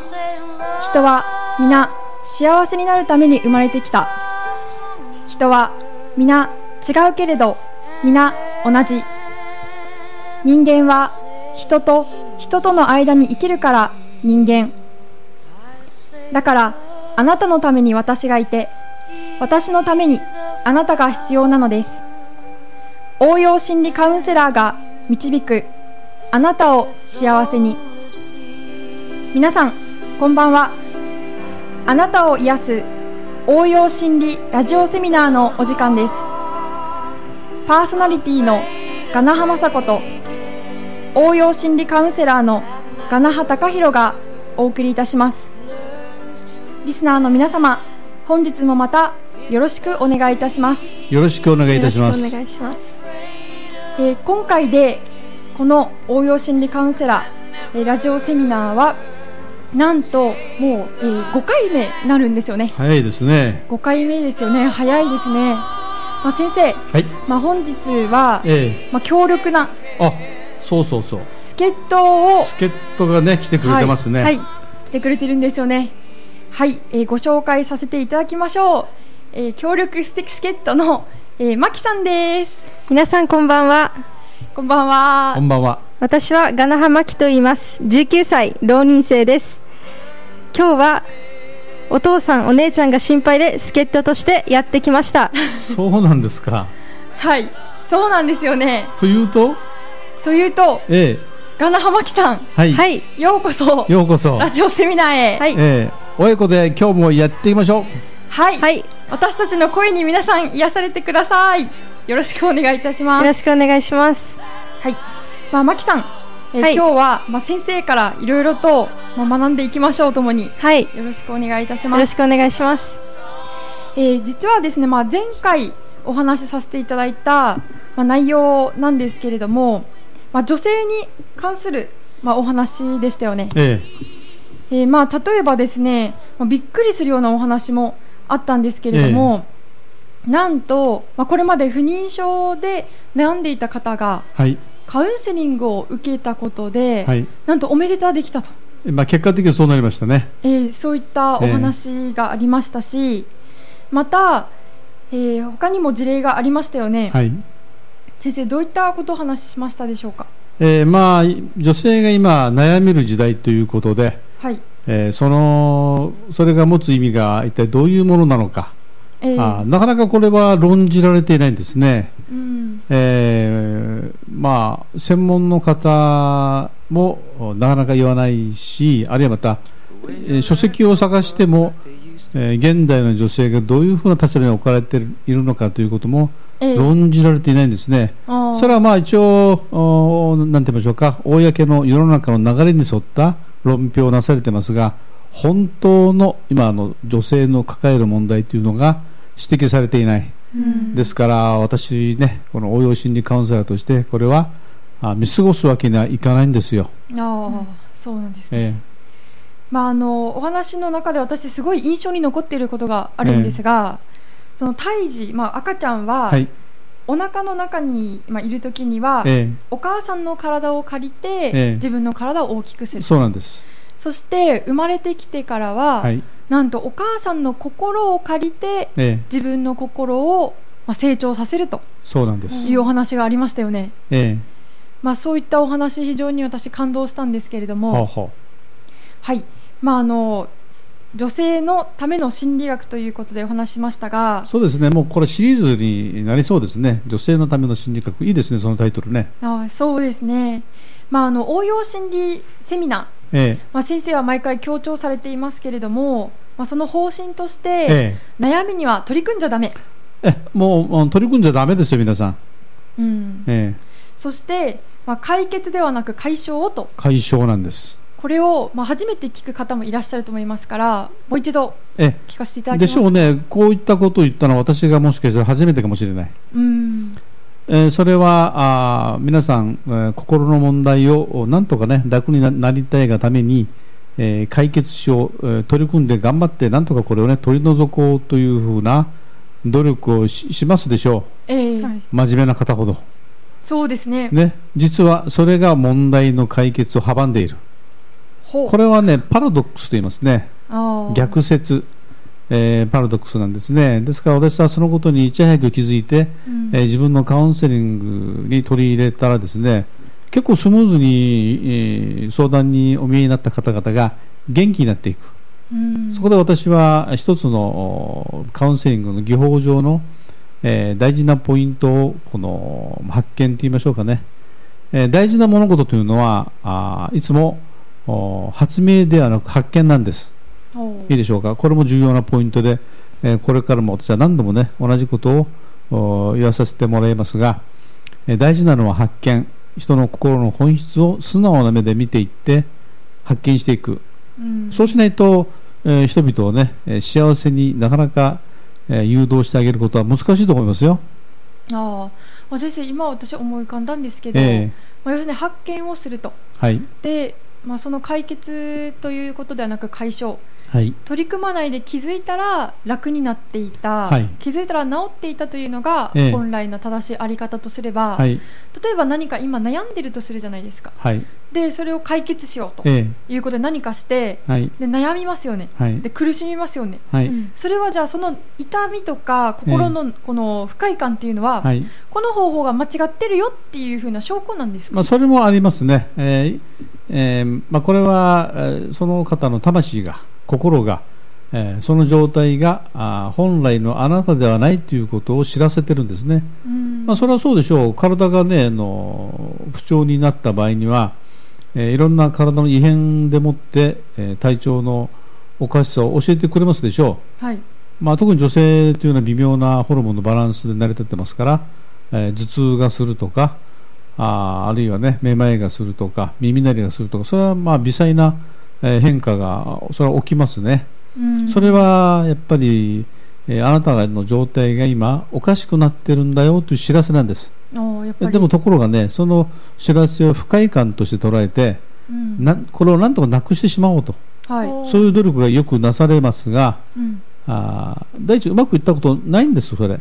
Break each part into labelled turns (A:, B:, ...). A: 人は皆幸せになるために生まれてきた人は皆違うけれど皆同じ人間は人と人との間に生きるから人間だからあなたのために私がいて私のためにあなたが必要なのです応用心理カウンセラーが導くあなたを幸せに皆さんこんばんはあなたを癒す応用心理ラジオセミナーのお時間ですパーソナリティのガナハマサコと応用心理カウンセラーのガナハタカヒロがお送りいたしますリスナーの皆様本日もまたよろしくお願いいたします、
B: よろしくお願いいたします。
C: よろしくお願いします。
A: えー今回でこの応用心理カウンセラー、えーラジオセミナーはなんともう、えー5回目になるんですよね
B: 早いですね。
A: 5回目ですよね早いですね、まあ、先生、
B: はい。
A: まあ、本日は、
B: ええ
A: まあ、強力な
B: あ、そうそうそう。
A: 助っ人を
B: 助っ人がね、来てくれてますね。
A: はい、はい来てくれてるんですよね。はい、えーご紹介させていただきましょう。えー協力ステキスケットの、えー、マキさんです。
C: 皆さんこんばんは。
A: こんばんは。
B: こんばんは。
C: 私はガナハマキと言います。19歳、浪人生です。今日はお父さん、お姉ちゃんが心配で助っ人としてやってきました。
B: そうなんですか。
A: はい、そうなんですよね。
B: というと、
A: というと、
B: ええ
A: ガナハマキさん、
B: はい、
C: はい。
A: ようこそ
B: ようこそ。
A: ラジオセミナーへ。
C: は
B: え
C: い。
B: え親子で今日もやっていきましょう。
A: はい、
C: はい。よ
A: 私たちの声に皆さん癒されてください。よろしくお願いいたします
C: ろ。しくお願いします。
A: はい、まあ、マキさん、えー
C: はい
A: 今日は、まあ、先生からいろいろと、まあ、学んでいきましょうともに。
C: はい。よ
A: よろしくお願いいたしま
C: ろ
A: す。
C: しくお願いします。
A: えー実はですね、まあ、前回お話しさせていただいた、まあ、内容なんですけれども、まあ、女性に関する、まあ、お話でしたよね、
B: え
A: えーまあ、例えばですね、まあ、びっくりするようなお話もあったんですけれども、なんと、まあ、これまで不妊症で悩んでいた方が
B: えはい。
A: カウンセリングを受けたことで、
B: はい。
A: なんとおめでたできたと、
B: まあ、結果的にそうなりましたね。
A: えーそういったお話がありましたし、また、えー他にも事例がありましたよね、
B: はい。
A: 先生どういったことをお話ししましたでしょうか
B: ええまあ、女性が今悩める時代ということで、
A: はい、
B: ええその、それが持つ意味が一体どういうものなのか。
A: えー
B: あーなかなかこれは論じられていないんですね。
A: うん、
B: えーまあ、専門の方もなかなか言わないし、あるいはまた、えー書籍を探しても、えー現代の女性がどういうふうな立場に置かれているのかということも
A: えー
B: 論じられていないんですね。
A: あー
B: それはまあ一応、おーなんて言いましょうか、公の世の中の流れに沿った論評をなされてますが、本当の今の女性の抱える問題というのが指摘されていない。
A: うん
B: ですから、私ね、この応用心理カウンセラーとして、これはあ見過ごすわけにはいかないんですよ。
A: あーそうなんですね、
B: え
A: まあ、あのお話の中で私すごい印象に残っていることがあるんですが、その胎児、まあ、赤ちゃん
B: え
A: は、
B: はい、
A: お腹の中に、まあ、いる時には、
B: え
A: お母さんの体を借りて、
B: え
A: 自分の体を大きくす
B: え
A: る
B: そうなんです。
A: そして生まれてきてからは、
B: はい、
A: なんとお母さんの心を借りて
B: ええ
A: 自分の心をまあ成長させると
B: そうなんです。
A: いうお話がありましたよね、
B: ええ
A: まあ、そういったお話非常に私感動したんですけれど
B: ほう
A: も、
B: ほ
A: はいまあ、あの女性のための心理学ということでお話ししましたが
B: うそうですね、もうこれシリーズになりそうですね。女性のための心理学、いいですね、そのタイトルね。
A: あそうですね、まあ、あの応用心理セミナー
B: え
A: まあ、先生は毎回強調されていますけれども、まあ、その方針として、
B: ええ
A: 悩みには取り組んじゃだめ、
B: ええもうもう取り組んじゃダメですよ、皆さん。
A: うん、
B: ええ
A: そして、まあ、解決ではなく解消をと
B: 解消なんです。
A: これを、まあ、初めて聞く方もいらっしゃると思いますからもう一度
B: ええ
A: 聞かせていただきま
B: ですしょうね、こういったことを言ったのは私がもしかしたら初めてかもしれない。
A: うん
B: えーそれはあー皆さん、えー心の問題をなんとか、ね、楽にななりたいがために、えー解決しよう、えー取り組んで頑張ってなんとかこれを、ね、取り除こうというふうな努力をししますでしょ
A: ええ
B: う真面目な方ほど、
A: そうですね
B: ね、実はそれが問題の解決を阻んでいる
A: ほう
B: これはねパラドックスと言いますね
A: あー
B: 逆説、えーパラドックスなんですねですから私はそのことにいち早く気づいて、
A: うん
B: えー自分のカウンセリングに取り入れたらですね結構スムーズに、えー相談にお見えになった方々が元気になっていく
A: うん
B: そこで私は一つのおカウンセリングの技法上の、えー大事なポイントをこの発見と言いましょうかね、えー大事な物事というのはあーいつもお発明ではなく発見なんです
A: おう
B: いいでしょうかこれも重要なポイントで、えーこれからも私は何度もね同じことをお言わさせてもらいますが、えー大事なのは発見人の心の本質を素直な目で見ていって発見していく
A: うん
B: そうしないと、えー人々をね、えー幸せになかなか、えー誘導してあげることは難しいと思いますよ。
A: ああ、まあ、先生今私思い浮かんだんですけど、
B: え
A: まあ、要するに発見をすると
B: ーはい。
A: で、まあ、その解決ということではなく解消
B: はい。
A: 取り組まないで気づいたら楽になっていた、
B: はい
A: 気づいたら治っていたというのが
B: ええ
A: 本来の正しいあり方とすれば、
B: はい。
A: 例えば何か今悩んでるとするじゃないですか
B: はい。
A: でそれを解決しようと
B: え
A: いうことで何かして
B: ーはい。
A: で悩みますよね
B: はい
A: で。苦しみますよね
B: は
C: う
B: い。
C: ん
A: それはじゃあその痛みとか心のこの不快感っていうのは、
B: はい。
A: この方法が間違ってるよっていうふうな証拠なんですか、
B: まあ、それもありますね。えーえーまあ、これは、えーその方の魂が、心が、えーその状態があー本来のあなたではないということを知らせてるんですね。
A: うん
B: まあ、それはそうでしょう、体が、ね、あの不調になった場合には、えーいろんな体の異変でもって、えー体調のおかしさを教えてくれますでしょ、
A: はいう
B: まあ、特に女性というのは微妙なホルモンのバランスで成り立ってますから、えー頭痛がするとか、あーあるいは、ね、めまいがするとか、耳鳴りがするとか、それはまあ微細なえー変化がそれは起きますね。
A: うん
B: それはやっぱり、えーあなたの状態が今おかしくなってるんだよという知らせなんです。
A: ああやっぱり
B: でもところがね、その知らせを不快感として捉えて、
A: うん
B: なこれをなんとかなくしてしまおうと、
A: はい、
C: お
B: そういう努力がよくなされますが、
A: うん
B: あー第一、うまくいったことないんです、それ。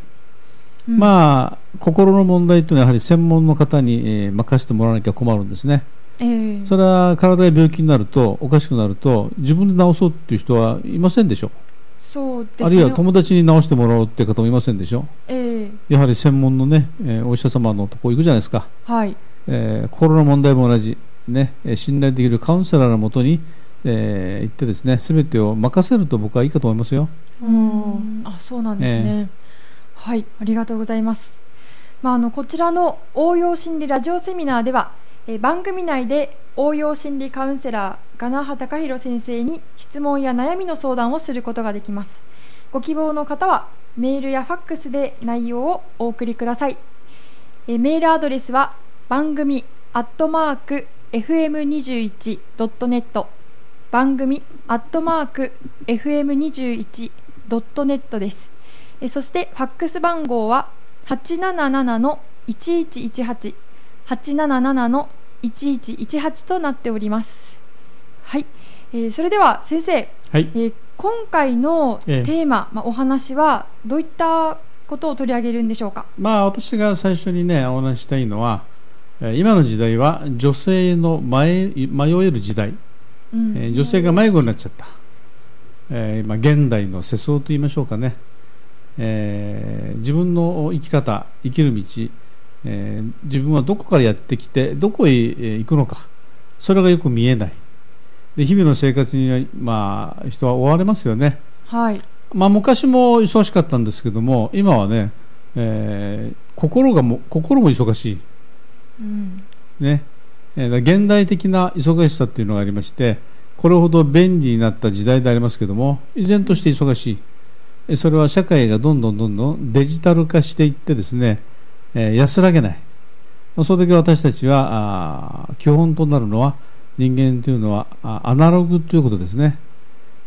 A: うん
B: まあ、心の問題というのはやはり専門の方に、えー任せてもらわなきゃ困るんですね。
A: ええ
B: それは体や病気になると、おかしくなると、自分で治そうっていう人はいませんでしょ。
A: そうですね
B: あるいは友達に治してもらおうっていう方もいませんでしょ。
A: ええ
B: やはり専門のね、えーお医者様のとこ行くじゃないですか。
A: はい
B: えー心の問題も同じ、ね、えー信頼できるカウンセラーのもとに、えー行ってですね、すべてを任せると僕はいいかと思いますよ。
A: うんあそうなんですね、はいありがとうございます、まあ、あのこちらの応用心理ラジオセミナーでは、えー番組内で応用心理カウンセラー金葉隆弘先生に質問や悩みの相談をすることができますご希望の方はメールやファックスで内容をお送りくださいえーメールアドレスは番組アットマーク fm21.net 番組アットマーク fm21.net ですえーそしてファックス番号は877の1118 877の1118となっておりますはい、えーそれでは先生、
B: はい
A: え。ー今回のテ
B: ええ
A: ーマ、まあ、お話はどういったことを取り上げるんでしょうか
B: まあ私が最初にね、お話ししたいのは、えー今の時代は女性の迷い迷える時代、
A: うん
B: えー女性が迷子になっちゃった。えーまあ現代の世相と言いましょうかね。えー自分の生き方、生きる道、えー自分はどこからやってきて、どこへえー行くのか、それがよく見えない。で日々の生活には、まあ、人は追われますよね。
A: はい
B: まあ、昔も忙しかったんですけども、今はね、えー心がも、心も忙し
A: うん
B: い。ね。えーだから現代的な忙しさっていうのがありまして、これほど便利になった時代でありますけども、依然として忙しい。えそれは社会がどんどんどんどんデジタル化していってですね、えー安らげない。まあそれだけ私たちは、あー基本となるのは、人間というのはあアナログということですね。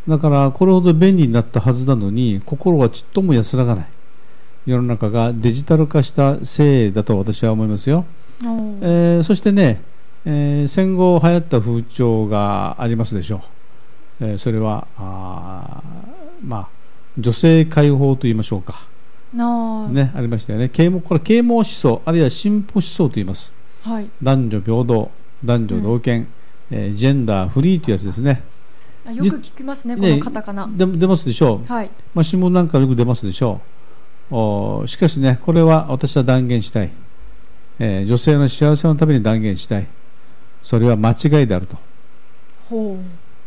B: だから、これほど便利になったはずなのに、心はちっとも安らがない。世の中がデジタル化したせいだと私は思いますよ。
A: おー
B: えーそしてね、えー戦後流行った風潮がありますでしょう、えーそれはあー、まあ、女性解放と言いましょうか、
A: なあ、
B: ね、ありましたよね啓蒙これ啓蒙思想あるいは進歩思想と言います
A: はい
B: 男女平等男女同権、えージェンダーフリーというやつですね。
D: あよく聞きますね、このカタカナ。
B: で出ますでしょう、
D: はい。
B: まあ、新聞なんかよく出ますでしょうおしかしねこれは私は断言したい、えー女性の幸せのために断言したいそれは間違いであると
D: ほ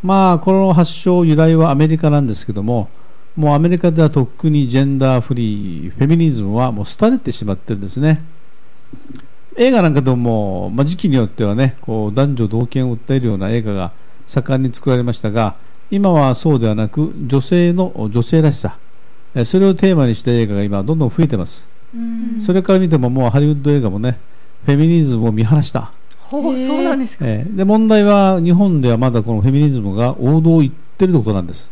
B: まあこの発祥由来はアメリカなんですけどももうアメリカではとっくにジェンダーフリーフェミニズムはもう廃れてしまってるんですね映画なんかでももう、まあ、時期によってはねこう男女同権を訴えるような映画が盛んに作られましたが今はそうではなく女性の女性らしさえそれをテーマにした映画が今どんどん増えてます
D: う。うん。
B: それから見てももうハリウッド映画もねフェミニズムを見放した
D: ほ
C: へ
D: う、
C: ー
D: そうなんですか。
B: えーで問題は日本ではまだこのフェミニズムが王道を言ってるってことなんです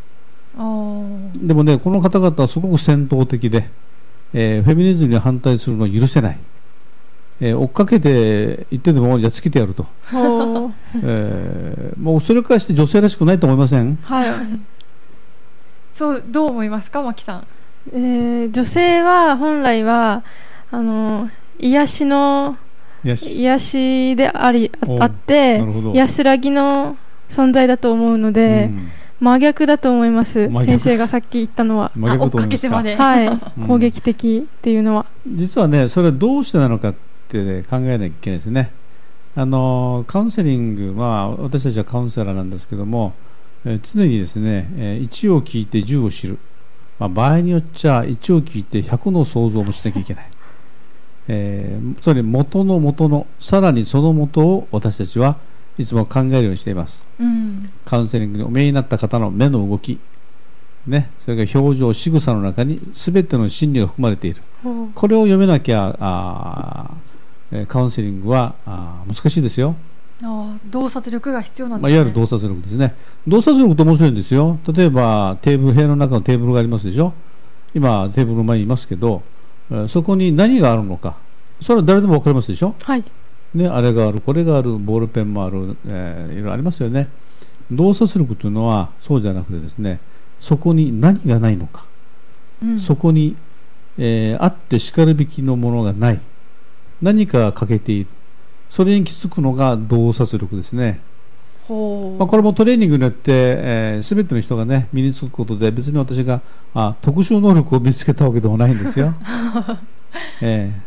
D: あー
B: でもねこの方々はすごく戦闘的で、えーフェミニズムに反対するのを許せない、えー追っかけて言ってでもじゃあつけてやると、
C: ほう
B: えーもうそれからして女性らしくないと思いません
C: はい
D: そう、どう思いますか、マキさん。
C: えー女性は本来はあの癒しの
B: いやし
C: 癒しであり
B: おう
C: ああって
B: なるほど
C: 安らぎの存在だと思うので、
B: うん
C: 真逆だと思います
B: 真逆
C: 先生がさっき言ったのは、
B: 真逆だと思
D: あ追っか
B: います
D: けてま
B: か
D: で
C: はい
B: うん
C: 攻撃的っていうのは、
B: 実はねそれはどうしてなのかってね、考えなきゃいけないですねあのカウンセリングは私たちはカウンセラーなんですけども、えー常にですね、えー1を聞いて10を知る、まあ、場合によっちゃ1を聞いて100の想像もしなきゃいけない、えーつまり元の元のさらにその元を私たちはいつも考えるようにしています
D: うん。
B: カウンセリングにお見えになった方の目の動き、ね、それから表情仕草の中に全ての心理が含まれているこれを読めなきゃあーえーカウンセリングはあー難しいですよ、
D: ああ、洞察力が必要なん
B: ま
D: で
B: あ、い
D: す
B: わ
D: ね。
B: ゆる洞察力ですね洞察力って面白いんですよ例えばテーブル部屋の中のテーブルがありますでしょ今テーブルの前にいますけどえーそこに何があるのかそれは誰でも分かりますでしょ、
C: はい
B: ね、あれがあるこれがあるボールペンもある、えーいろいろありますよね洞察力というのはそうじゃなくてですねそこに何がないのか
D: うん
B: そこに、えーあってしかるべきのものがない何かが欠けているそれに気づくのが洞察力ですね、
D: ほう。
B: まあ、これもトレーニングによって、えー、全ての人が、ね、身につくことで別に私があ特殊能力を見つけたわけでもないんで すよ、えー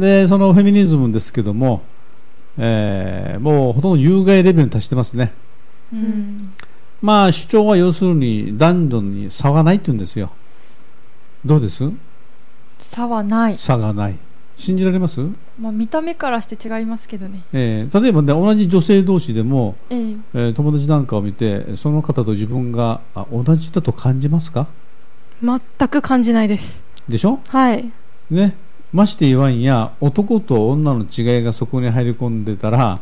B: でそのフェミニズムですけども、えーもうほとんど有害レベルに達してますね
D: うん。
B: まあ主張は要するに男女に差がないって言うんですよどうです
D: 差はない。
B: 差がない信じられます、
D: まあ、見た目からして違いますけどね。
B: えー例えばね同じ女性同士でも、
D: ええ。
B: えー友達なんかを見てその方と自分があ同じだと感じますか
C: 全く感じないです
B: でしょ
C: はい
B: ねまして言わんや男と女の違いがそこに入り込んでたら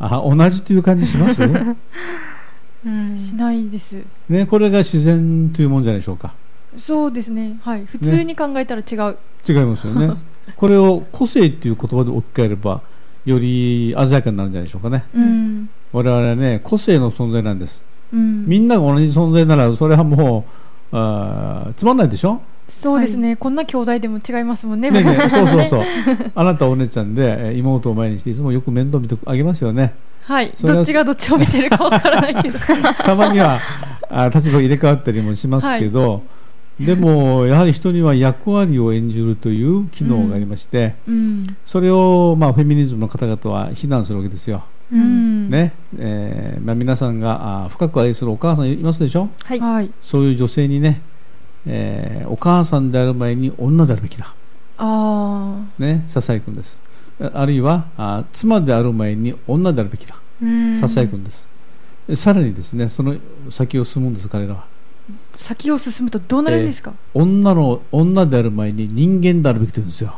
B: あ同じという感じします、
C: うん
D: しないです。
B: ね、これが自然というもんじゃないでしょうか
D: そうですね。はい。普通に考えたら違う。
B: 違いますよねこれを個性という言葉で置き換えればより鮮やかになるんじゃないでしょうかね
D: うん。
B: 我々はね個性の存在なんです
D: うん。
B: みんなが同じ存在ならそれはもうあーつまんないでしょ、
D: そうですね、こんな兄弟でも違いますもんね。
B: ねえねえ
D: 皆さ
B: そ
D: ん
B: う
D: ね
B: そうそうあなたお姉ちゃんでえー妹を前にしていつもよく面倒見てあげます よね
D: はい、
B: それは
D: どっちがどっちを見てるかわからないけど。
B: たまにはあー立場入れ替わったりもしますけど、でもやはり人には役割を演じるという機能がありまして、
D: うん。
B: それをまあフェミニズムの方々は非難するわけですよ、
D: う
C: うん
D: ん。。
B: ねえーまあ、皆さんがあー深く愛するお母さんいますでしょ
C: はい、
D: はい。
B: そういう女性にね、えーお母さんである前に女であるべきだ、
D: あ
B: ね、笹井君ですああるいはあ妻である前に女であるべきだ
C: うん
B: 笹井君です、えさらにですねその先を進むんです彼らは
D: あ、先を進むとどうなるんですか、
B: 女の女である前に人間であるべきと言うんですよ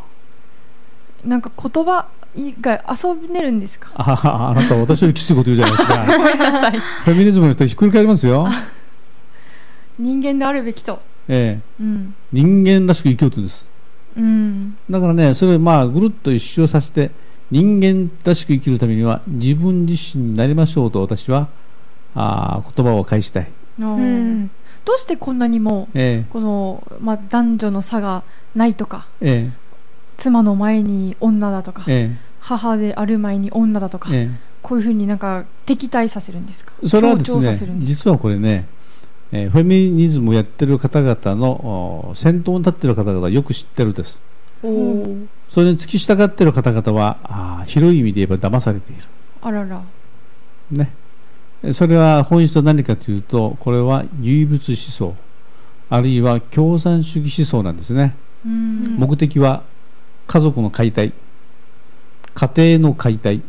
D: なんか言葉以外遊びねるんですか
B: あははあなたは私よりきついこと言うじゃないです
D: ご
B: か
D: めんなさい。
B: フェミニズムの人ひっくり返りますよ、
D: 人間であるべきと。
B: ええ
D: うん。
B: 人間らしく生きようと言うんです
D: うん。
B: だからねそれをまあぐるっと一周させて人間らしく生きるためには自分自身になりましょうと私はあー言葉を返したい、
D: あー
C: うん
D: どうしてこんなにも、
B: え
D: この、まあ、男女の差がないとか、
B: ええ
D: 妻の前に女だとか
B: え、ええ
D: 母である前に女だとか、
B: え
A: こういうふうになんか敵対させるんですか
B: それはです
A: 強調させる
B: ね
A: んですか
B: 実はこれね、えーフェミニズムをやってる方々のお先頭に立ってる方々はよく知ってるです
A: おお
B: それに付き従ってる方々はあー広い意味で言えば騙されている
A: あらら
B: ね、それは本質は何かというとこれは唯物思想あるいは共産主義思想なんですね、
A: うん
B: 目的は家族の解体家庭の解体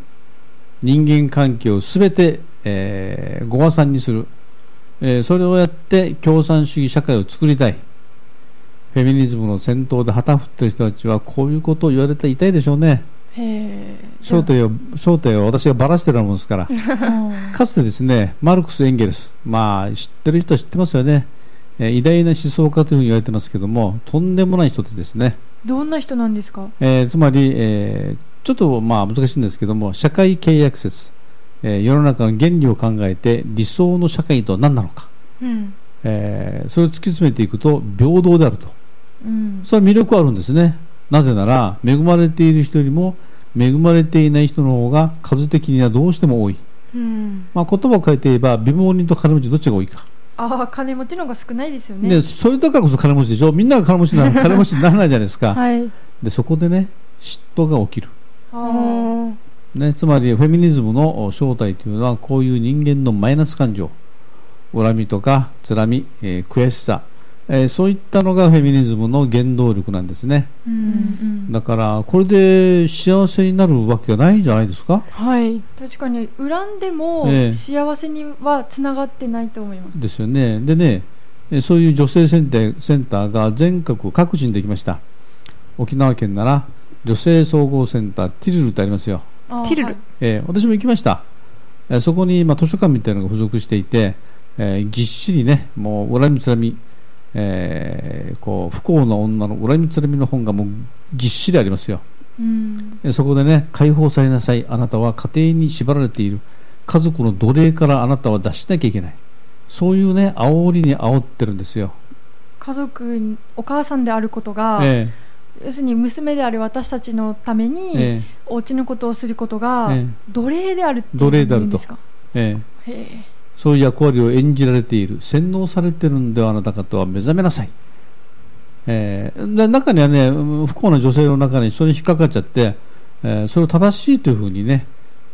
B: 人間関係をすべて、えー、ご和算にする、えーそれをやって共産主義社会を作りたいフェミニズムの先頭で旗振ってる人たちはこういうことを言われていたいでしょうね
A: へえ
B: 正体を正体を私がばらしてるようなもんですからかつてですね、マルクス・エンゲルス、まあ、知ってる人は知ってますよね、えー偉大な思想家というふうに言われてますけども、とんでもない人たちですね、
A: どんな人なんですか
B: えーつまり、えーちょっとまあ難しいんですけども、社会契約説、えー世の中の原理を考えて、理想の社会とは何なのか、
A: うん
B: えーそれを突き詰めていくと、平等であると、
A: うん
B: それは魅力はあるんですね、なぜなら、恵まれている人よりも、恵まれていない人の方が数的にはどうしても多い、
A: うん
B: まあ、言葉を変えて言えば、貧乏人と金持ち、どっちが多いか。
A: ああ金持ちの方が少ないですよね
B: ね、それだからこそ金持ちでしょみんなが金持ちなら金持ちにならないじゃないですか、
A: はい
B: でそこでね嫉妬が起きる、
A: あ
C: お
A: ー
C: ー
B: ね、つまりフェミニズムのお正体というのはこういう人間のマイナス感情恨みとかつらみ、えー悔しさ、えーそういったのがフェミニズムの原動力なんですね
A: うんうん
B: だからこれで幸せになるわけがないんじゃないですか
A: はい確かに恨んでも
B: ええ
A: 幸せにはつながってないと思います、
B: ですよねでねえーそういう女性センターセンターが全国各地にできました沖縄県なら女性総合センターティルルってありますよ
A: あー
C: ティルル
A: はい
B: えー私も行きました、えーそこに、まあ、図書館みたいなのが付属していて、えーぎっしりねもう恨みつらみ、えーこう不幸な女の恨みつらみの本がもうぎっしりありますよ、
A: うん
B: えーそこでね解放されなさいあなたは家庭に縛られている家族の奴隷からあなたは脱しなきゃいけないそういうね煽りに煽ってるんですよ、
A: 家族にお母さんであることが、
B: え
A: 要するに娘である私たちのため
B: ー
A: に、
B: えー
A: お家のことをすることが、
B: ええ
A: 奴隷であるっていう
B: 奴隷である
A: 意
B: と
A: 味ですか
B: えー
A: へえ
B: そういう役割を演じられている洗脳されてるんではあなた方は目覚めなさい、えーで中にはねうん不幸な女性の中にそれに引っかかっちゃって、えーそれを正しいというふうにね、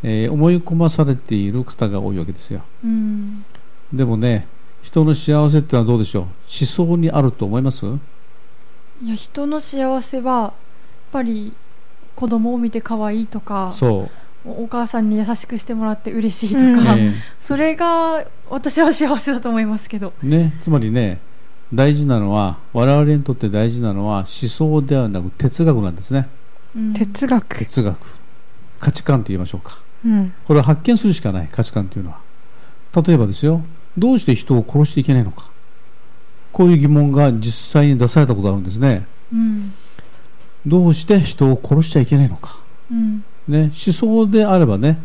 B: えー思い込まされている方が多いわけですよ
A: うん
B: でもね人の幸せってのはどうでしょう思想にあると思います
A: いや人の幸せはやっぱり子供を見て可愛いとか
B: そう、
A: お母さんに優しくしてもらって嬉しいと
C: うん
A: か、
B: え
A: それが私は幸せだと思いますけど
B: ーね、つまりね大事なのは我々にとって大事なのは思想ではなく哲学なんですね
A: うん
C: 哲学、
B: 哲学価値観と言いましょうか
C: うん
B: これは発見するしかない価値観というのは例えばですよどうして人を殺していけないのかこういう疑問が実際に出されたことがあるんですね
A: うん
B: どうして人を殺しちゃいけないのか、
A: うん
B: ね、思想であればね、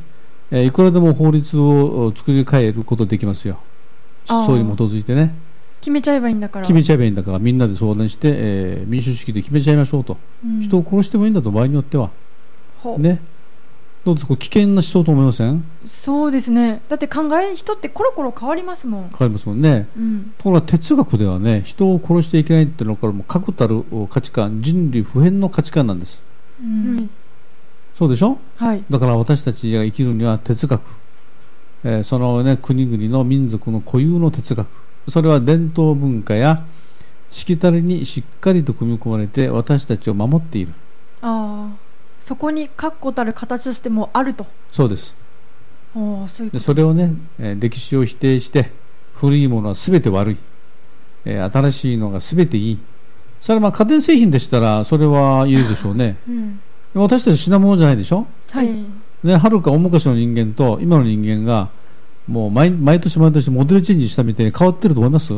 B: えーいくらでも法律を作り変えることできますよ
A: あー
B: 思想に基づいてね
A: 決めちゃえばいいんだから
B: 決めちゃえばいいんだからみんなで相談して、えー民主主義で決めちゃいましょうと、
A: うん
B: 人を殺してもいいんだと場合によっては
A: ほう
B: ねどうですか危険な思想と思いません
A: そうですねだって考え人ってコロコロ変わりますもん
B: わかりますもんね
A: うん
B: ところが哲学ではね人を殺していけないっていうのはこれもう確たる価値観人類普遍の価値観なんです
A: う
C: うんん、
B: そうでしょ
A: はい
B: だから私たちが生きるには哲学、えーその、ね、国々の民族の固有の哲学それは伝統文化やしきたりにしっかりと組み込まれて私たちを守っている
A: ああそこに確固たる形としてもあると
B: そうです
A: おーそういうこ
B: で
A: と
B: それをね、えー歴史を否定して古いものは全て悪い、えー新しいのが全ていいそれはまあ家電製品でしたらそれは言うでしょうね
C: うん
B: 私たち品物じゃないでしょ
A: はい、
B: ねはるか大昔の人間と今の人間がもう毎毎年毎年モデルチェンジしたみたいに変わってると思います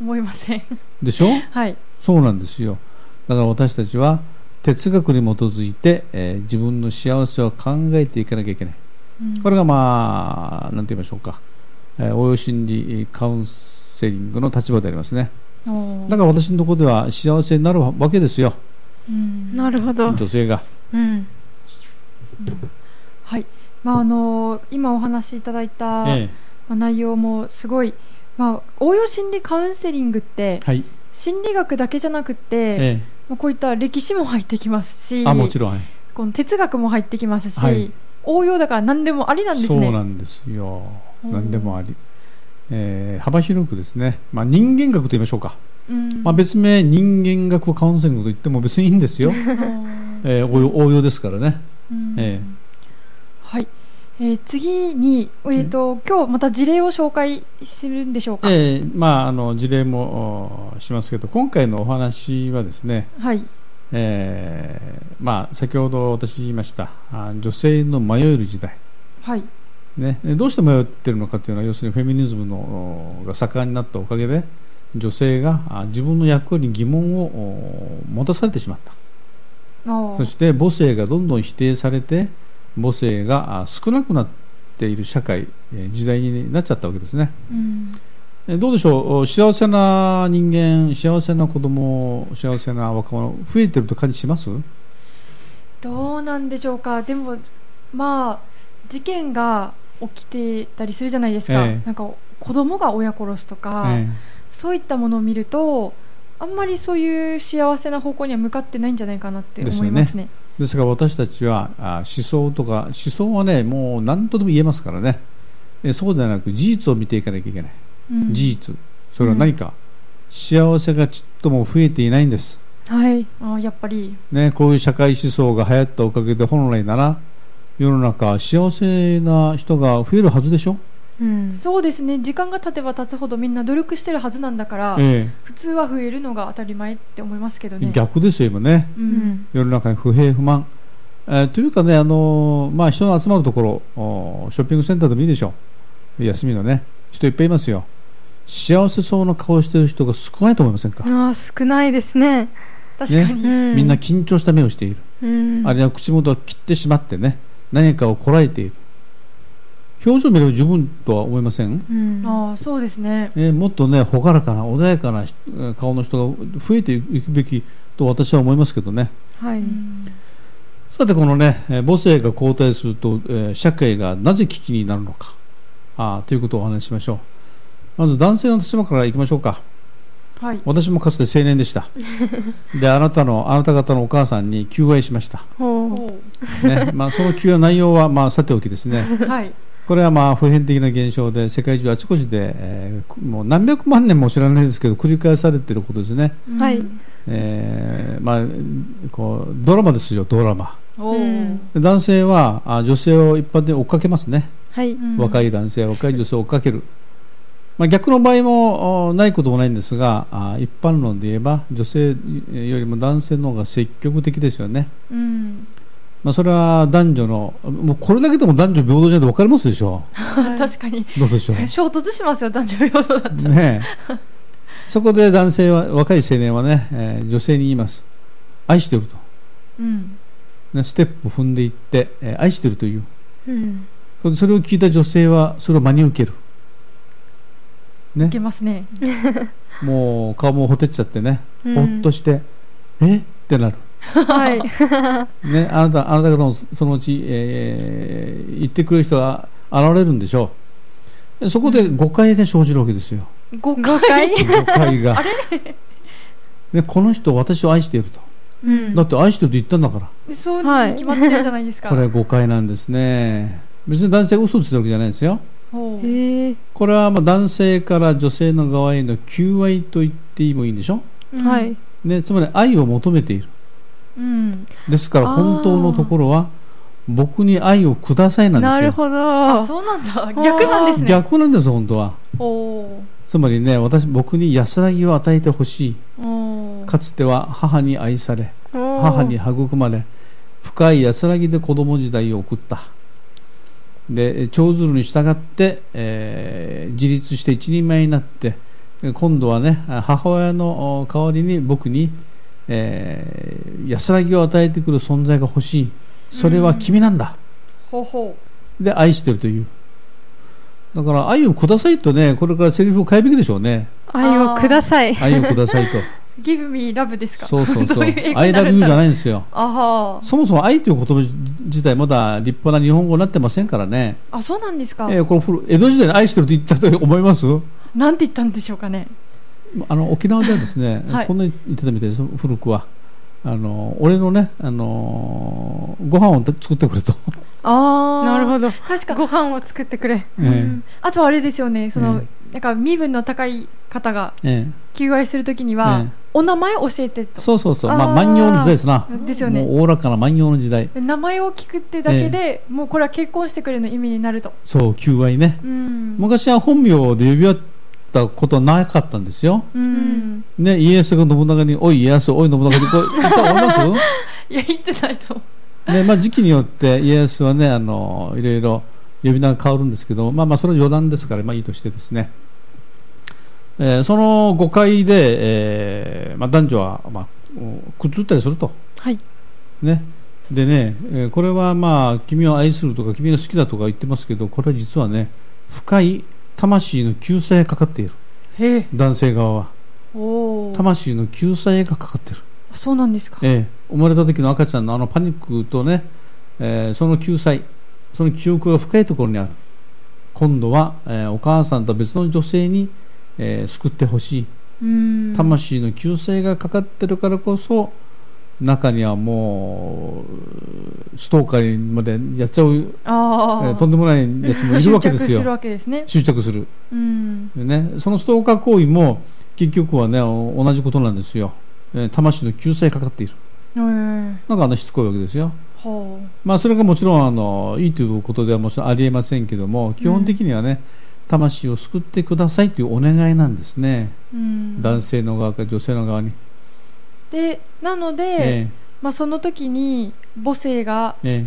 A: 思いません
B: でしょ
A: はい
B: そうなんですよだから私たちは哲学に基づいて、えー自分の幸せを考えていかなきゃいけない
A: うん
B: これがまあなんて言いましょうか、えー応用心理カウンセリングの立場でありますね
A: おー
B: だから私のところでは幸せになるわけですよ
A: うん
C: なるほど、
B: 女性が
C: うん
A: はいまああの今お話しいただいた、
B: え
A: まあ、内容もすごい、まあ、応用心理カウンセリングって
B: え、はい、
A: 心理学だけじゃなくて、
B: え
A: まあ、こういった歴史も入ってきます
B: え
A: し
B: あもちろん、はい
A: この哲学も入ってきますし、
B: はい
A: 応用だから何でもありなんです
B: そう
A: ね。
B: なんですよ
A: おー
B: 何でもあり、えー幅広くですね、まあ、人間学と言いましょうか、
A: うん
B: まあ、別名人間学をカウンセリングと言っても別にいいんです よ、
A: あー
B: えー応用応用ですからね
A: うん
B: ええ
A: はい、えー次に、えー、と今日また事例を紹介するんでしょうか。
B: ええまあ、あの事例もおしますけど今回のお話はですね、
A: はい、
B: ええまあ、先ほど私言いましたあ女性の迷える時代、
A: はい、
B: ね、どうして迷ってるのかというのは要するにフェミニズムのおが盛んになったおかげで女性があ自分の役割に疑問をお持たされてしまった
A: あー
B: そして母性がどんどん否定されて母性があ少なくなっている社会えー時代になっちゃったわけですね。
A: うん
B: えどうでしょう、幸せな人間、幸せな子供、幸せな若者、増えてると感じします
A: どうなんでしょうか、でも、まあ、事件が起きてたりするじゃないですか、
B: ええ
A: なんか子供が親殺しとか、
B: え
A: そういったものを見ると、あんまりそういう幸せな方向には向かってないんじゃないかなって思いますね。
B: えですから私たちはあ思想とか、思想はね、もう何とでも言えますからね、えそうではなく、事実を見ていかなきゃいけない、
A: うん
B: 事実、それは何か、幸せがちっとも増えていないんです、
A: はい、あーやっぱり、
B: ね、こういう社会思想が流行ったおかげで、本来なら、世の中、幸せな人が増えるはずでしょ。
C: うん
A: そうですね、時間が経てば経つほどみんな努力してるはずなんだから、
B: え
A: 普通は増えるのが当たり前って思いますけど
B: え
A: ね。
B: 逆ですよ、今ね。
A: う
C: うんん
B: 世の中に不平不満、えーというかね、あのーまあ、人の集まるところおーショッピングセンターでもいいでしょう休みのね人いっぱいいますよ幸せそうな顔してる人が少ないと思いませんか、
C: あー少ないですね、
A: 確かに、
C: う
B: みんな緊張した目をしている、
C: うん
B: あるいは口元を切ってしまってね何かをこらえている表情を見れば十分とは思いません、
C: うん
A: あーそうですね、
B: えーもっとね朗らかな穏やかなえー顔の人が増えていくべきと私は思いますけどね、
C: は
A: う
C: い、
A: ん
B: さてこのねえー母性が後退すると、えー社会がなぜ危機になるのかあーということをお話ししましょうまず男性の立場からいきましょうか
A: はい、
B: 私もかつて青年でしたであなたのあなた方のお母さんに求愛しました、
C: ほう
A: お
B: ねまあ、その求愛の内容は、まあ、さておきですね
A: ーはい、
B: これはまあ普遍的な現象で世界中あちこちで、えーもう何百万年も知らないですけど繰り返されていることですね、
C: はい
A: うん
B: えーまあ、こうドラマですよドラマ
A: おー
C: うん
B: 男性はあ女性を一般で追っかけますね、
C: はい、
A: うん
B: 若い男性若い女性を追っかける、まあ、逆の場合もおないこともないんですがあ一般論で言えば女性よりも男性の方が積極的ですよね、
A: うん、
B: まあ、それは男女のもうこれだけでも男女平等じゃないと分かりますで しょ
A: 確かに
B: うどうでしょう
A: 衝突しますよ男女平等だったら、
B: ねえそこで男性は若い青年はね、えー女性に言います愛してると、
A: うん
B: ね、ステップを踏んでいって、えー愛してるという
C: うん
B: それを聞いた女性はそれを真に受ける、ね
A: いけ、ますね
B: もう顔もほてっちゃってね、
C: うん
B: ほっとしてえってなる、
C: はい、
B: ね、あなたあなた方もそそのうち、えー言ってくれる人が現れるんでしょうそこで誤解が生じるわけですよ
A: 5
C: 誤解
B: 誤解がね、この人私を愛していると
C: うん
B: だって愛してると言ったんだから、
A: そう
C: はい
A: に決まってるじゃないですか、
B: これは誤解なんですね別に男性が嘘をついてるわけじゃないんですよ
A: ほう
C: えー
B: これはまあ男性から女性の側への求愛と言ってもいいんでしょ、
A: うん
C: はい、
B: ね、つまり愛を求めている
A: うん
B: ですから
C: あー
B: 本当のところは僕に愛をくださいなんですよ
C: なるほど、
A: あそうなんだ逆なんですね
B: 逆なんです本当は
A: お
B: つまりね私僕に安らぎを与えてほし
A: ーおー
B: いかつては母に愛され
C: 母
B: 母に育まれ深い安らぎで子供時代を送ったで長鶴に従って、えー自立して一人前になってえ今度はね母親のお代わりに僕に、えー安らぎを与えてくる存在が欲しいそれは君なんだ、
A: ほうほ
B: で愛してるというだから愛をくださいとねこれからセリフを変えるべきでしょうね
C: 愛をくださ い。
B: 愛をくださいと
A: う give me love ですか
B: そうそうそ
A: ど
B: う
A: い英。語
B: アイ
A: にな
B: ラブ
A: るん
B: ユー
A: だ
B: じ
A: ろ
B: ゃ
A: う
B: ないんですよ。
A: あは
B: そもそも愛という言葉自体まだ立派な日本語になってませんからね。
A: ああそうなんですか、
B: えーこの古江戸時代に愛してると言ったと思います
A: なんて言ったんでしょうかね
B: あの沖縄ではですね
A: 、はい
B: こんなに言ってたみたいです古くはあの俺のねあのご飯を作って くれと、
A: ああ
C: なるほど
A: 確か
C: ご飯を作ってくれ
B: え
A: う
B: え
A: んあとはあれですよねその、
B: え
A: なんか身分の高い方が
B: え
A: 求愛するときには、
B: ええ
A: お名前教えて
B: え
A: と
B: そうそうそう
C: あー
B: まあ万葉の時代ですな
A: ですよね
B: もうおおらかな万葉の時代
A: で名前を聞くってだけで、もうこれは結婚してくれの意味になると
B: そう求愛ね、
A: うん
B: 昔は本名で呼び合ったことはなかったんですよ、
A: うん
B: ね、家康が信長に「おい家康おい信長」ってこう言ったと思います
A: いや言ってないと思う
B: ねまあ、時期によって家康はねあのいろいろ呼び名が変わるんですけど、まあ、まあそれは余談ですから、まあ、いいとしてですね、えーその誤解で、えーまあ、男女は、まあ、おくっつったりすると、
A: はい
B: ねでねえーこれは、まあ、君を愛するとか君が好きだとか言ってますけどこれは実はね深い魂の救済がかかっている
A: へえ
B: 男性側は
A: おお
B: 魂の救済がかかっている
A: そうなんですか
B: ええ、生まれた時の赤ちゃんのあのパニックとね、えーその救済その記憶が深いところにある今度は、えーお母さんと別の女性に、えー救ってほし
A: うん
B: い魂の救済がかかってるからこそ中にはもうストーカーにまでやっちゃう、え
A: ああ、
B: ーとんでもないやつもいるわけで
A: 執着
B: す
A: する
B: よ
A: わけですね
B: 執着する
A: うん
B: でねそのストーカー行為も結局はねあの同じことなんですよ、えー魂の救済かかっている
A: うん
B: なんかあのしつこいわけですよ
A: は
B: まあ、それがもちろんあのいいということではもちろんありえませんけども基本的にはね、魂を救ってくださいというお願いなんですね、
A: あうん
B: 男性の側か女性の側に、
A: でなので、
B: え
A: まあ、その時に母性が
B: えええ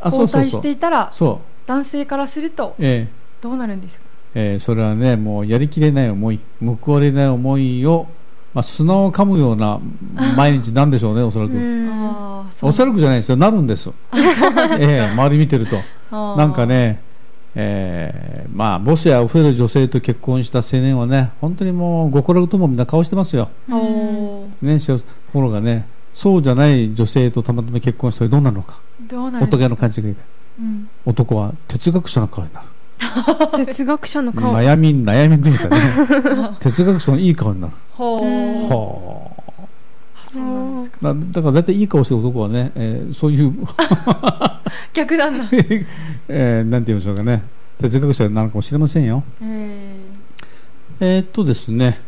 B: あそ
A: 交
B: うそう
A: 代
B: そ
A: し
B: う
A: ていたら
B: そう、
A: 男性からすると
B: え
A: どうなるんですか
B: えええそれはねもうやりきれない思い報われない思いを、まあ、砂を噛むような毎日なんでしょうねおそらく、
C: うん
A: あーそう
B: おそらくじゃないですよなるんです ええ周り見てると
A: あー
B: なんかね、えーまあ、母性あふれる女性と結婚した青年はね、本当にもう極楽ともみんな顔してますよ。
A: おお
B: ね、しところがね、そうじゃない女性とたまたま結婚したらどうなるのか。
A: どうなるんです
B: 男
A: か
B: の勘違いで。
A: うん
B: 男は哲学者の顔になる。
C: 哲学者の顔
B: 悩み、悩み抜いたね。哲学者のいい顔になる。
A: ほ
C: う
A: う
C: ん
B: はあ。
A: あそうなんですか
B: だだから大体いい顔してる男はね、えーそういう、
A: 逆なんだ
B: えーなんて言いましょうかね、哲学者なのかもしれませんよ。
A: えー
B: えーっとですね、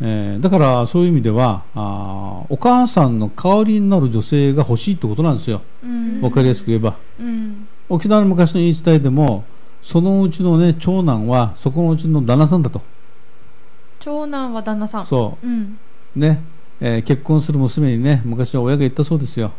B: えーだからそういう意味ではあーお母さんの代わりになる女性が欲しいってことなんですよ、
A: うん
B: わかりやすく言えば、
A: うん
B: 沖縄の昔の言い伝えでもそのうちの、ね、長男はそこのうちの旦那さんだと
A: 長男は旦那さん
B: そ
A: うん
B: う、ねえー結婚する娘にね昔は親が言ったそうですよ、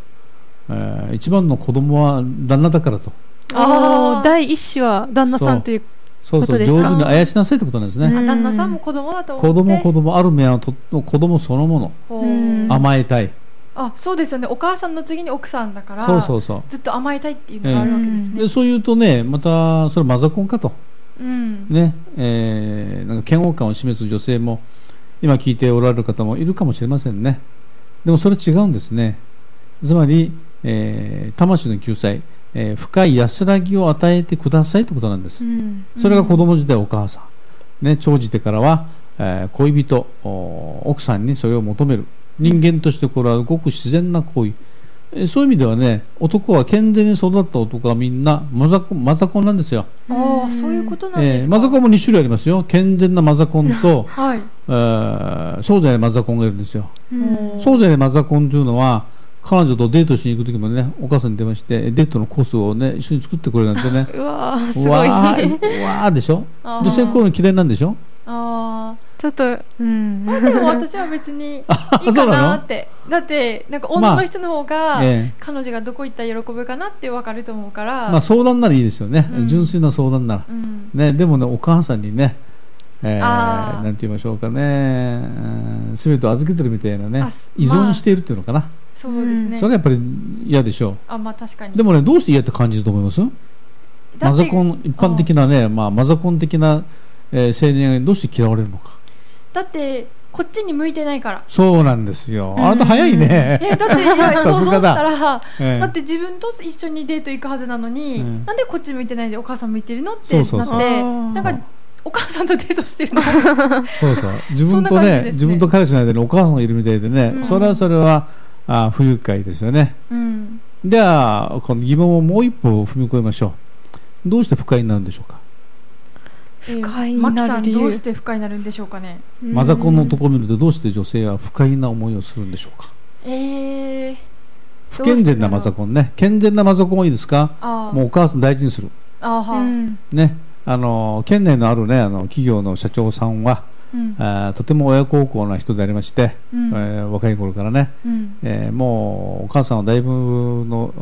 B: えー一番の子供は旦那だからと
C: あ
A: あ
C: ー
A: ー
C: 第一子は旦那さんという
B: そう
C: こ
B: そ
C: と
B: う
C: で
B: 上
C: すか
B: 手にあやしなさいってことなんです
C: う
B: ね、
A: あ旦那さんも子供だと思って
B: 子供子供ある面はと子供そのもの
A: ほ
C: うん
A: う
B: 甘えたい、
A: あそうですよねお母さんの次に奥さんだから
B: そうそうそう
A: ずっと甘えたいっていうのがあるわけですね
B: でそう言うとね、またそれマザコンかと、
A: うん
B: ねえーなんか嫌悪感を示す女性も今聞いておられる方もいるかもしれませんねでもそれ違うんですねつまり、えー魂の救済、えー深い安らぎを与えてくださいということなんです、
C: うん
B: それが子供時代お母さん、ね、長じてからは、えー恋人お奥さんにそれを求める人間としてこれはごく自然な行為えーそういう意味ではね男は健全に育った男はみんなマザコンマザコンなんですよ、
A: ああそういうことなんで
B: え
A: す
B: ー
A: か、、
B: マザコンも2種類ありますよ健全なマザコンと
A: はい
B: えーそうじゃないマザコンがいるんですよ
C: うん
B: そうじゃないマザコンというのは彼女とデートしに行く時もねお母さんに電話してデートのコースをね一緒に作ってくれなんてね
C: うわーす
B: う
C: ごい
B: わ
C: ね
B: ーうわーでしょ
A: あー
B: 女性こういうの嫌いなんでしょ
A: あ
C: ちょっとうん
A: あでも私は別にいい
B: あそ
A: か
B: うなの
A: なってだってなんか女の人の方が、
B: ええ
A: 彼女がどこ行ったら喜ぶかなって分かると思うから、
B: まあ、相談ならいいですよね、
A: うん
B: 純粋な相談なら、
A: うん、
B: ね、でもねお母さんにね、えー
A: あー
B: なんて言いましょうかねうん全てを預けてるみたいなね
A: あす
B: 依存しているっていうのかな、
A: そうですね、
B: それはやっぱり嫌でしょ
A: あまあ確か
B: う
A: に
B: でもねどうして嫌って感じると思います
A: だっ
B: マ
A: て
B: ザコン一般的なねまあ、マザコン的な、えー青年がどうして嫌われるのか
A: だってこっちに向いてないから。
B: そうなんですよ。
C: うん
B: あなた早い
A: え
B: ね。
A: だっていや 想像
B: さす
A: し
B: がだ
A: たら、
B: ええ
A: だって自分と一緒にデート行くはずなのに、
B: うん
A: なんでこっち向いてないでお母さん向いてるのって
B: そ
A: な
B: う
A: って
B: そうそう
A: なんかお母さんとデートしてるの
B: そうそう。自分と
A: そんな感じ
B: ね
A: ですね
B: 自分と彼氏の間にお母さんがいるみたいでね、
A: うん
B: それはそれはあー不愉快ですよね。
A: うん
B: では、この疑問をもう一歩踏み越えましょう。どうして不快になるんでしょうか。
A: 不
C: 快にな
A: マ
C: る
A: キ
C: 理由
A: さんどうして不快になるんでしょうかね
B: マザコンのところを見るとどうして女性は不快な思いをするんでしょうか。
A: えー、
B: 不健全なマザコンね。健全なマザコンはいいですか
A: あー
B: もうお母さん大事にする。
A: あーはー
C: うん
B: ね。あの、県内のあるね、あの、企業の社長さんは、
A: うん
B: あーとても親孝行な人でありまして、
A: うん
B: えー若い頃からね、
A: うん
B: えーもうお母さんはだいぶの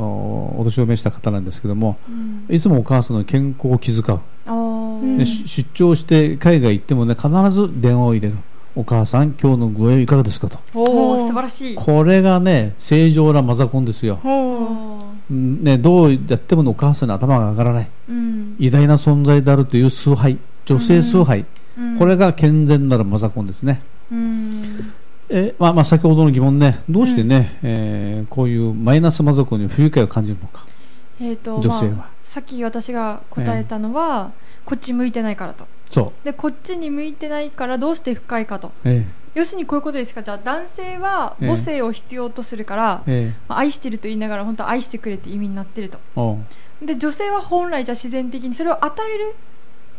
B: おお年を召した方なんですけども、
A: うん
B: いつもお母さんの健康を気遣う。
A: あー
C: うん
B: でし出張して海外行ってもね、必ず電話を入れる。お母さん、今日のご用いかがですかと。
A: お
C: おー
A: お素晴らしい
B: これがね、正常なマザコンですよ。
C: ほう
A: おー
B: うんね、どうやってもねお母さんの頭が上がらない。
A: うん
B: 偉大な存在であるという崇拝。女性崇拝。
A: うん
B: これが健全なるマザコンですね。
A: うん
B: えまあまあ、先ほどの疑問ね、どうしてね、えーこういうマイナス魔族に不愉快を感じるのか、
A: えーと
B: 女性は
A: まあ、さっき私が答えたのは、こっち向いてないからと
B: そ
A: でこっちに向いてないからどうして不快かと
B: う、え
A: 要するにこういうことですかじゃあ男性は
B: ええ
A: 母性を必要とするから
B: え、え
A: まあ愛してると言いながら本当は愛してくれって意味になってると
B: えおう
A: で女性は本来じゃあ自然的にそれを与える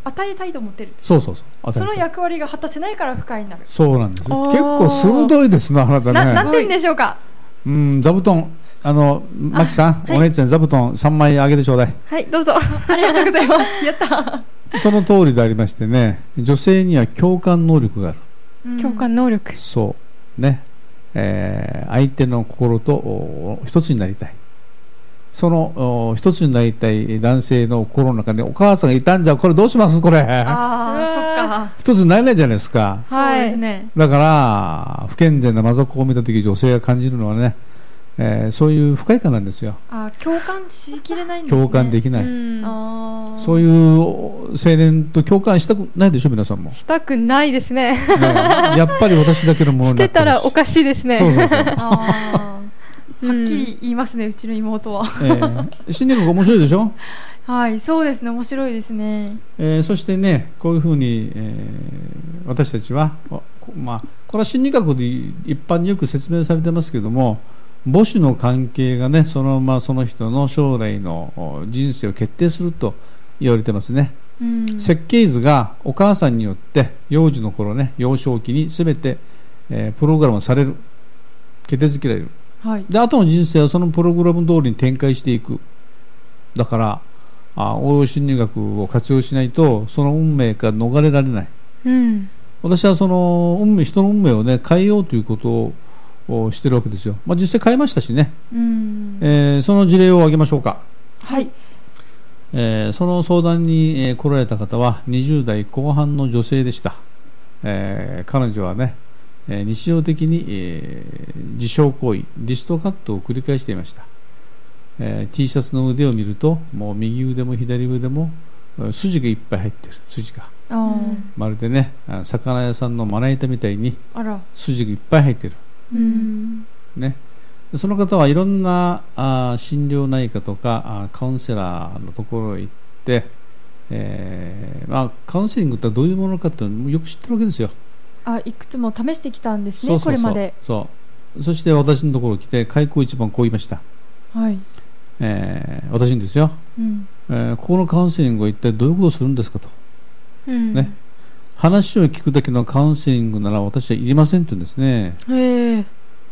A: 与えたいと思ってる
B: そうそうそう、当た
A: そ
B: り
A: の
B: 前
A: 役割が果たせないから不快になる、
B: そうなんですよ
C: あー
B: 結構鋭いですな、あなた
A: な
B: ね、
A: なんて言うんでしょうか
B: うん、座布団、あの、マキさん、
A: はい
B: お姉ちゃん、座布団3枚あげてちょうだい、
C: はいどうぞ
A: ありがとうござい ますやった、
B: その通りでありましてね、女性には共感能力がある、
C: 共感能力
B: そう、ね、えー相手の心とお一つになりたい。そのお一つになりたい男性の心の中にお母さんがいたんじゃこれどうしますこれ
A: ああ
B: 一つになれないじゃないですか
A: そっかそうですね、
B: だから不健全な魔族を見た時女性が感じるのはね、えーそういう不快感なんですよ
A: あー共感しきれないんですね
B: 共感できない、
C: うん
A: あー
B: そういう青年と共感したくないでしょ皆さ んも、
C: したくないですね
B: ねやっぱり私だけのもの
C: し
B: になっててる
C: たらおかしいですね
B: そうそう そう、え
A: あー
C: う
A: は
C: ん
A: っきり言いますね、うちの妹 は
B: ー、心理学面白いでしょ、
A: はいそうですね面白いですね
B: えーそしてねこういうふうに、えー私たちは、おこまあ、これは心理学で一般によく説明されてますけども母子の関係がねそのままその人の将来のお人生を決定すると言われてますね、
A: うん
B: 設計図がお母さんによって幼児の頃ね幼少期に全て、えープログラムされる決定づけられる
A: はい
B: で後の人生はそのプログラム通りに展開していくだからあ応用心理学を活用しないとその運命から逃れられない
C: うん
B: 私はその運命人の運命を、ね、変えようということをおしてるわけですよ、まあ、実際変えましたしね、
A: うん
B: えーその事例を挙げましょうか、
A: はい
B: えーその相談に、えー来られた方は20代後半の女性でした、えー彼女はね、えー日常的に、えー自傷行為リストカットを繰り返していました、えー T シャツの腕を見るともう右腕も左腕もえー筋がいっぱい入ってる筋が
A: あー、
C: うん
B: まるでねあ魚屋さんのまな板みたいに
A: あら
B: 筋がいっぱい入ってる
A: うん
B: ね、その方はいろんなあー心療内科とかあーカウンセラーのところへ行って、えーまあ、カウンセリングってどういうものかっていうのをよく知ってるわけですよ。
A: あいくつも試してきたんですね
B: そうそうそう
A: これまで
B: そうそして私のところに来て開口一番こう言いました、
A: はい、
B: えー私にですよ、
A: うん、
B: えーここのカウンセリングは一体どういうことをするんですかと、
C: うん
B: ね話を聞くだけのカウンセリングなら私はいりませんと言うんですね
C: へえ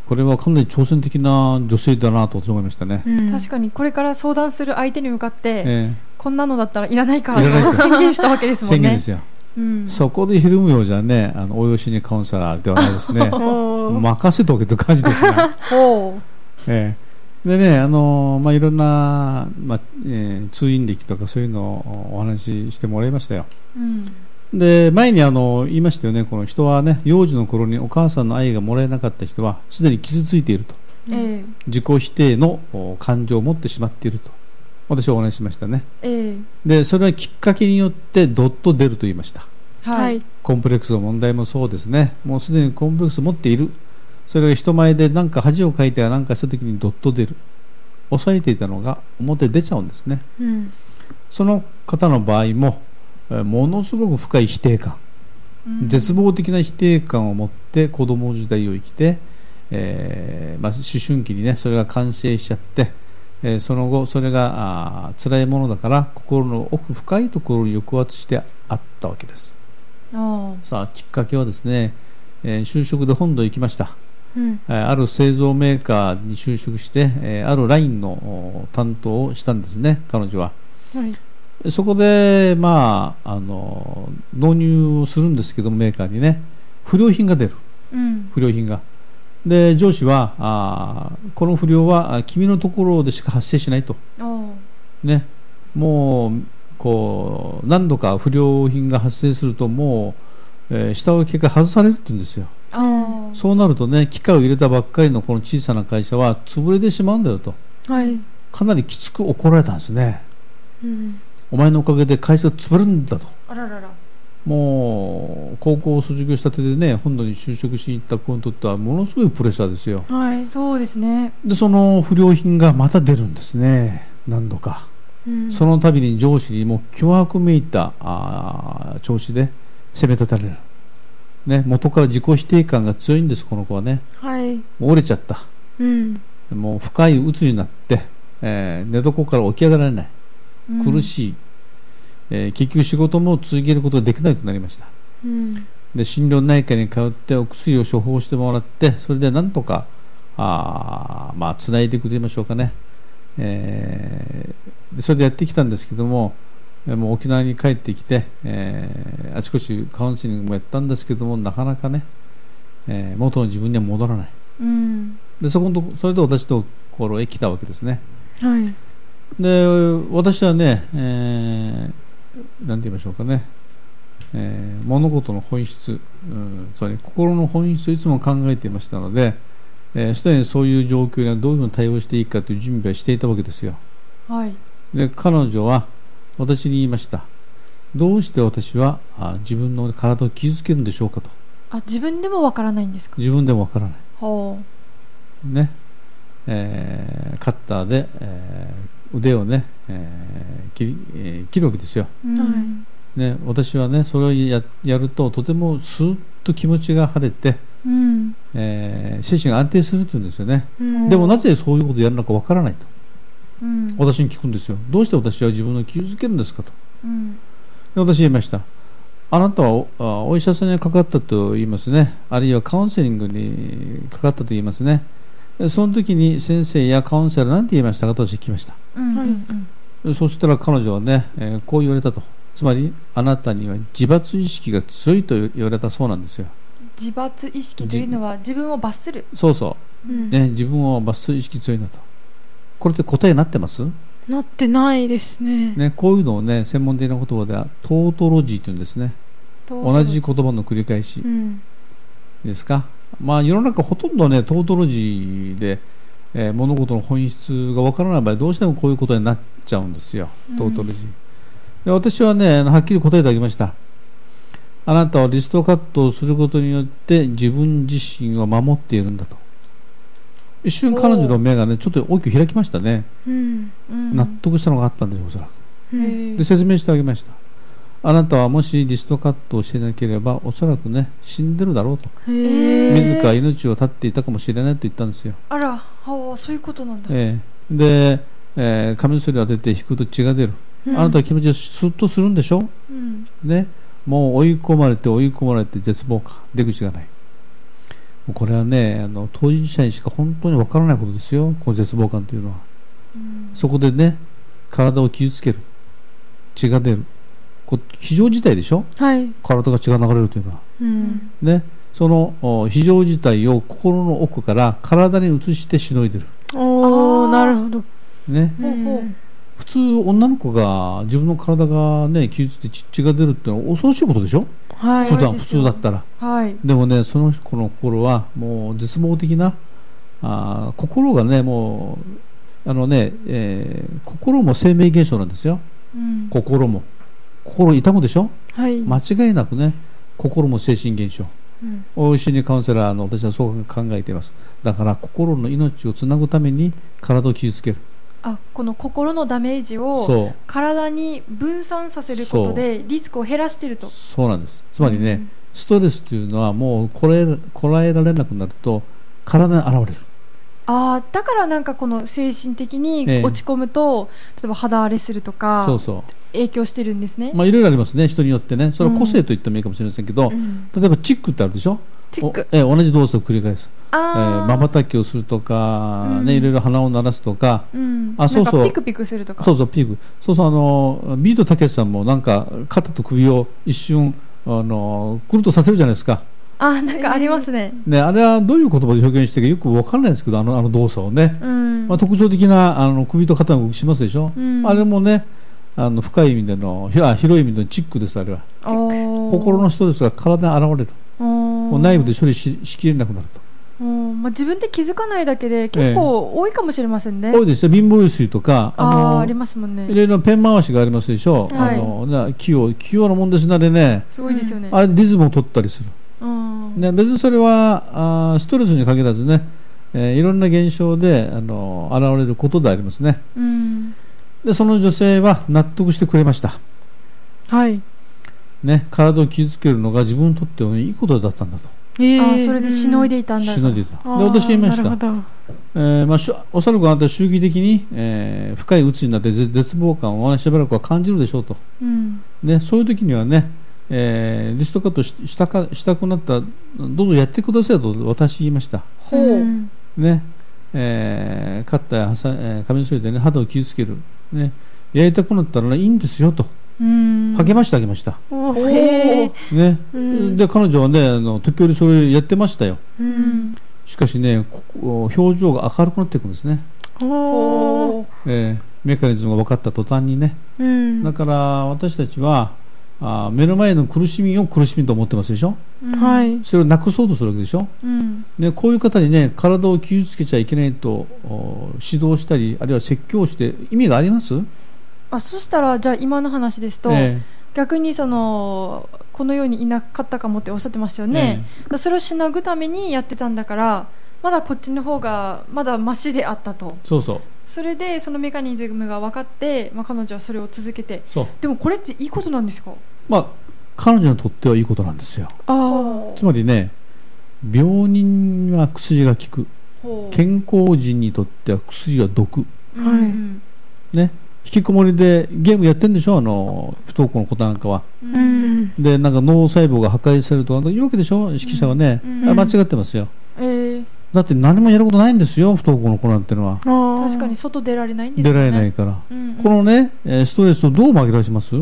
B: これはかなり挑戦的な女性だなと私は思いましたね、
A: 確かにこれから相談する相手に向かって、
B: え
A: こんなのだったらいらないから
B: いらないから
A: 宣言したわけで
B: ー
A: すも
B: 宣
A: んね
B: 言ですよ
A: うん、
B: そこでひるむようじゃね、あの応用心理カウンセラーではないですね、
C: おー
B: 任せておけという感じですが、
A: ほ
B: ええでね、あのまあ、いろんな、まあえー通院歴とかそういうのをお話ししてもらいましたよ。
A: う、うん、
B: で前にあの言いましたよね、この人はね、幼児の頃にお母さんの愛がもらえなかった人は、すでに傷ついていると、
A: ええ
B: 自己否定のお感情を持ってしまっていると、私はお話ししましたね。
A: ええ
B: で、それはきっかけによって、どっと出ると言いました。
A: は
C: はいい、
B: コンプレックスの問題もそうですね、もうすでにコンプレックスを持っている、それが人前でなんか恥をかいてなんかした時にドッと出る、抑えていたのが表に出ちゃうんですね。
A: うん
B: その方の場合も、えーものすごく深い否定感、
A: うん
B: 絶望的な否定感を持って子供時代を生きて、えーまあ、思春期にねそれが完成しちゃって、えーその後それがあー辛いものだから心の奥深いところに抑圧してあったわけです
A: あ
B: さあきっかけはですね、えー就職で本土へ行きました
C: うん
B: えーある製造メーカーに就職して、えーあるラインのお担当をしたんですね彼女は
A: あはい
B: そこで、まあ、あの納入をするんですけどメーカーにね不良品が出る
A: うん
B: 不良品がで上司はあーこの不良はあ君のところでしか発生しないと、
A: あー
B: ね、もうこう何度か不良品が発生するともう、えー下請けが外されるって言うんですよ
A: あー
B: そうなるとね機械を入れたばっかりのこの小さな会社は潰れてしまうんだよと
A: はい
B: かなりきつく怒られたんですね
C: うん
B: お前のおかげで会社が潰れるんだと
A: あららら
B: もう高校を卒業したてでね本土に就職しに行った子にとってはものすごいプレッシャーですよ
A: はいそうですね
B: でその不良品がまた出るんですね何度か、
C: うん
B: その度に上司にもう脅迫めいたあー調子で責め立たれる、ね、元から自己否定感が強いんですこの子はね
A: はい
B: もう折れちゃった
C: うん
B: もう深い鬱になって、えー寝床から起き上がられない苦
A: い
B: しい、えー結局仕事も続けることができなくなりました
C: うん
B: で診療内科に通ってお薬を処方してもらってそれでなんとかあーまあつないでいくと言いましょうかね、えーでそれでやってきたんですけどもえーもう沖縄に帰ってきて、えーあちこちカウンセリングもやったんですけどもなかなかね、えー元の自分には戻らない
A: うん
B: でそこのとこそれで私のところへ来たわけですね
A: はい
B: で私はね、えーなんて言いましょうかね、えー物事の本質、うん、つまり心の本質をいつも考えていましたので、えーすでにそういう状況にはどういうふうに対応していいかという準備はしていたわけですよ
A: はい
B: で彼女は私に言いましたどうして私はあ自分の体を傷つけるんでしょうかと
A: あ自分でもわからないんですか
B: 自分でもわからない
A: は
B: ねえーカッターで、えー腕をね、えー切りえー切るわけですよ
A: あうん
C: は
B: ね、私はねそれをややるととてもスーッと気持ちが晴れて、
A: うん
B: えー精神が安定するというんですよね、
C: うん
B: でもなぜそういうことをやるのかわからないと
A: うん
B: 私に聞くんですよどうして私は自分を傷つけるんですかと
A: うん
B: で私は言いましたあなたはおあお医者さんにかかったと言いますねあるいはカウンセリングにかかったと言いますねでその時に先生やカウンセラーなんて言いましたかと私聞きました
A: うん
C: はい
A: うん
B: そしたら彼女はね、えーこう言われたと。つまり、あなたには自罰意識が強いと言われたそうなんですよ。
A: 自罰意識というのは自分を罰する
B: そうそうう。
C: ん
B: ね、自分は罰意識強いなと。これって答えになってます、
C: なってないですね
B: ね、こういうのをね、専門的な言葉ではトートロジーというんですね。
A: と
B: 同じ言葉の繰り返し
C: うん
B: ですか。まあ、世の中ほとんどね、トートロジーで、えー物事の本質がわからない場合、どうしてもこういうことになっちゃうんですよ。トートロジー。で私はね、あのはっきり答えてあげました。あなたはリストカットをすることによって自分自身を守っているんだと。一瞬彼女の目がね、ちょっと大きく開きましたね。
C: うん
A: うん
B: 納得したのがあったんでしょう、おそらく。
C: う
A: へ
C: ん
A: え
B: で、説明してあげました。あなたはもしリストカットをしていなければ、おそらくね、死んでるだろうと。
C: へ
A: えー
C: え
B: 自ら命を絶っていたかもしれないと言ったんですよ。
A: あらはあそういうことなんだ
B: ええで、えー、カミソリを当てて引くと血が出る。
C: うん
B: あなたは気持ちがスッとするんでしょ
A: うん
B: ね、もう追い込まれて追い込まれて絶望か出口がないもうこれはねあの当事者にしか本当にわからないことですよこの絶望感というのは
A: うん
B: そこでね体を傷つける血が出るこう非常事態でしょ
A: はい
B: 体が血が流れるというのは
C: うん
B: ねそのお非常事態を心の奥から体に移してしのいでる
C: お
A: あー
C: おなるほど
B: ね
A: ほうほう
C: うん
B: 普通女の子が自分の体がね傷ついて血血が出るってのは恐ろしいことでしょ
C: は
B: 普
C: い
A: そう
B: 段
A: で
B: 普
A: すよ
B: 通だったら
A: はい
B: でもね、その子の心はもう絶望的な、あー心がね、もう、あのね、えー心も生命現象なんですよ、
A: うん
B: 心も。心痛むでしょ
A: はい、
B: 間違いなくね心も精神現象
A: うん
B: を一緒にカウンセラーの私はそう考えていますだから心の命をつなぐために体を傷つける
A: あこの心のダメージを
B: そう
A: 体に分散させることでリスクを減らしてると
B: そうなんですつまりね、
A: うん
B: ストレスというのはもうこらえこらえられなくなると体に現れる
A: あーだからなんかこの精神的
B: ええ
A: に落ち込むと、例えば肌荒れするとか
B: そうそ
A: 影響してるんですね、
B: うまあいろいろありますね人によってねそれは個性と言ってもいいかもしれませんけど、
A: うん
B: 例えばチックってあるでしょ
A: チック
B: おえー同じ動作を繰り返す
A: あー
B: まばたきをするとか、ね
A: うん
B: いろいろ鼻を鳴らすとか、
A: うん、
B: あそうそう
A: なんかピクピクするとか
B: そうそうピークそうそうあのビートたけしさんもなんか肩と首を一瞬あのくるっとさせるじゃないですか、
A: あーなんかありますね、
B: ね、あれはどういう言葉で表現してるかよく分からないですけどあのあの動作をね、
A: うん
B: まあ、特徴的なあの首と肩の動きしますでしょ、
A: うん
B: あれもねあの深い意味でのひあ広い意味でのチックですあれは心
A: 心
B: のストレスが体に現れるもう内部で処理ししきれなくなると、
A: まあ、自分で気づかないだけで結構多いかもしれませんね、
B: 多いですよ貧乏ゆすりとか
A: あ
B: の
A: あありますもん
B: い
A: ね
B: ろいろペン回しがありますでしょ、
A: はい
B: あのな器用器用なもんですねあれね
A: すごいですよね、
B: あれでリズムを取ったりする、
A: うん
B: ね、別にそれはあーストレスに限らずね、えーいろんな現象であの現れることでありますね
A: うん
B: でその女性は納得してくれました、
A: はい
B: ね、体を傷つけるのが自分にとってはいいことだったんだと
C: えー
A: あーそれでしのいでいたんだ
B: しのいでいた
A: あー
B: で私言いました
A: なるほど
B: えーまあ、しょおそらくあなたは周期的に、えー深い鬱になって絶絶望感をしばらくは感じるでしょうと
A: うん
B: ね、そういう時にはね、えーリストカットししたかしたくなったどうぞやってくださいと私言いました、
A: ほう、
C: うん
B: ねえー、カッターやハサえー紙のそりで、ね、肌を傷つける、ね、やりたくなったら、ね、いいんですよと
A: うん
B: 励ましてあげました、
C: お
A: お
C: ー
A: ー
C: へー
B: ね
C: うん
B: で彼女は、ね、あの時折それやってましたよ
C: う
A: うんん
B: しかしねここ表情が明るくなっていくんですね、
C: おー
B: えーメカニズムが分かった途端にね
C: うん
B: だから私たちはあー目の前の苦しみを苦しみと思ってますでしょ
C: は
A: うん
C: い
B: それをなくそうとするわけでしょ、
A: うん
B: ね、こういう方にね体を傷つけちゃいけないとお指導したりあるいは説教して意味があります
A: あそしたらじゃあ今の話ですと、
B: え
A: 逆にそのこの世にいなかったかもっておっしゃってましたよね、それをしのぐためにやってたんだからまだこっちの方がまだマシであったと
B: えそうそう
A: それでそのメカニズムが分かって、まあ、彼女はそれを続けて
B: そう
A: でもこれっていいことなんですか
B: まあ彼女にとってはいいことなんですよ
A: あ
B: つまりね病人には薬が効く
A: ほう
B: 健康人にとっては薬は毒
A: う
C: はい
A: ん
B: ね引きこもりでゲームやってんでしょあの不登校の子なんかは
A: うん
C: う
A: うん
C: ん
B: でなんか脳細胞が破壊されるとか言うわけでしょ指揮者はね、
A: うん
B: あ間違ってますよ
A: えー
B: だって何もやることないんですよ不登校の子なんてのは
C: 確
A: 確かに外出られないんです
B: 出
A: よ
B: ら
A: ね
B: れないから、
A: うんうん
B: このねえーストレスをどう紛らわします
A: う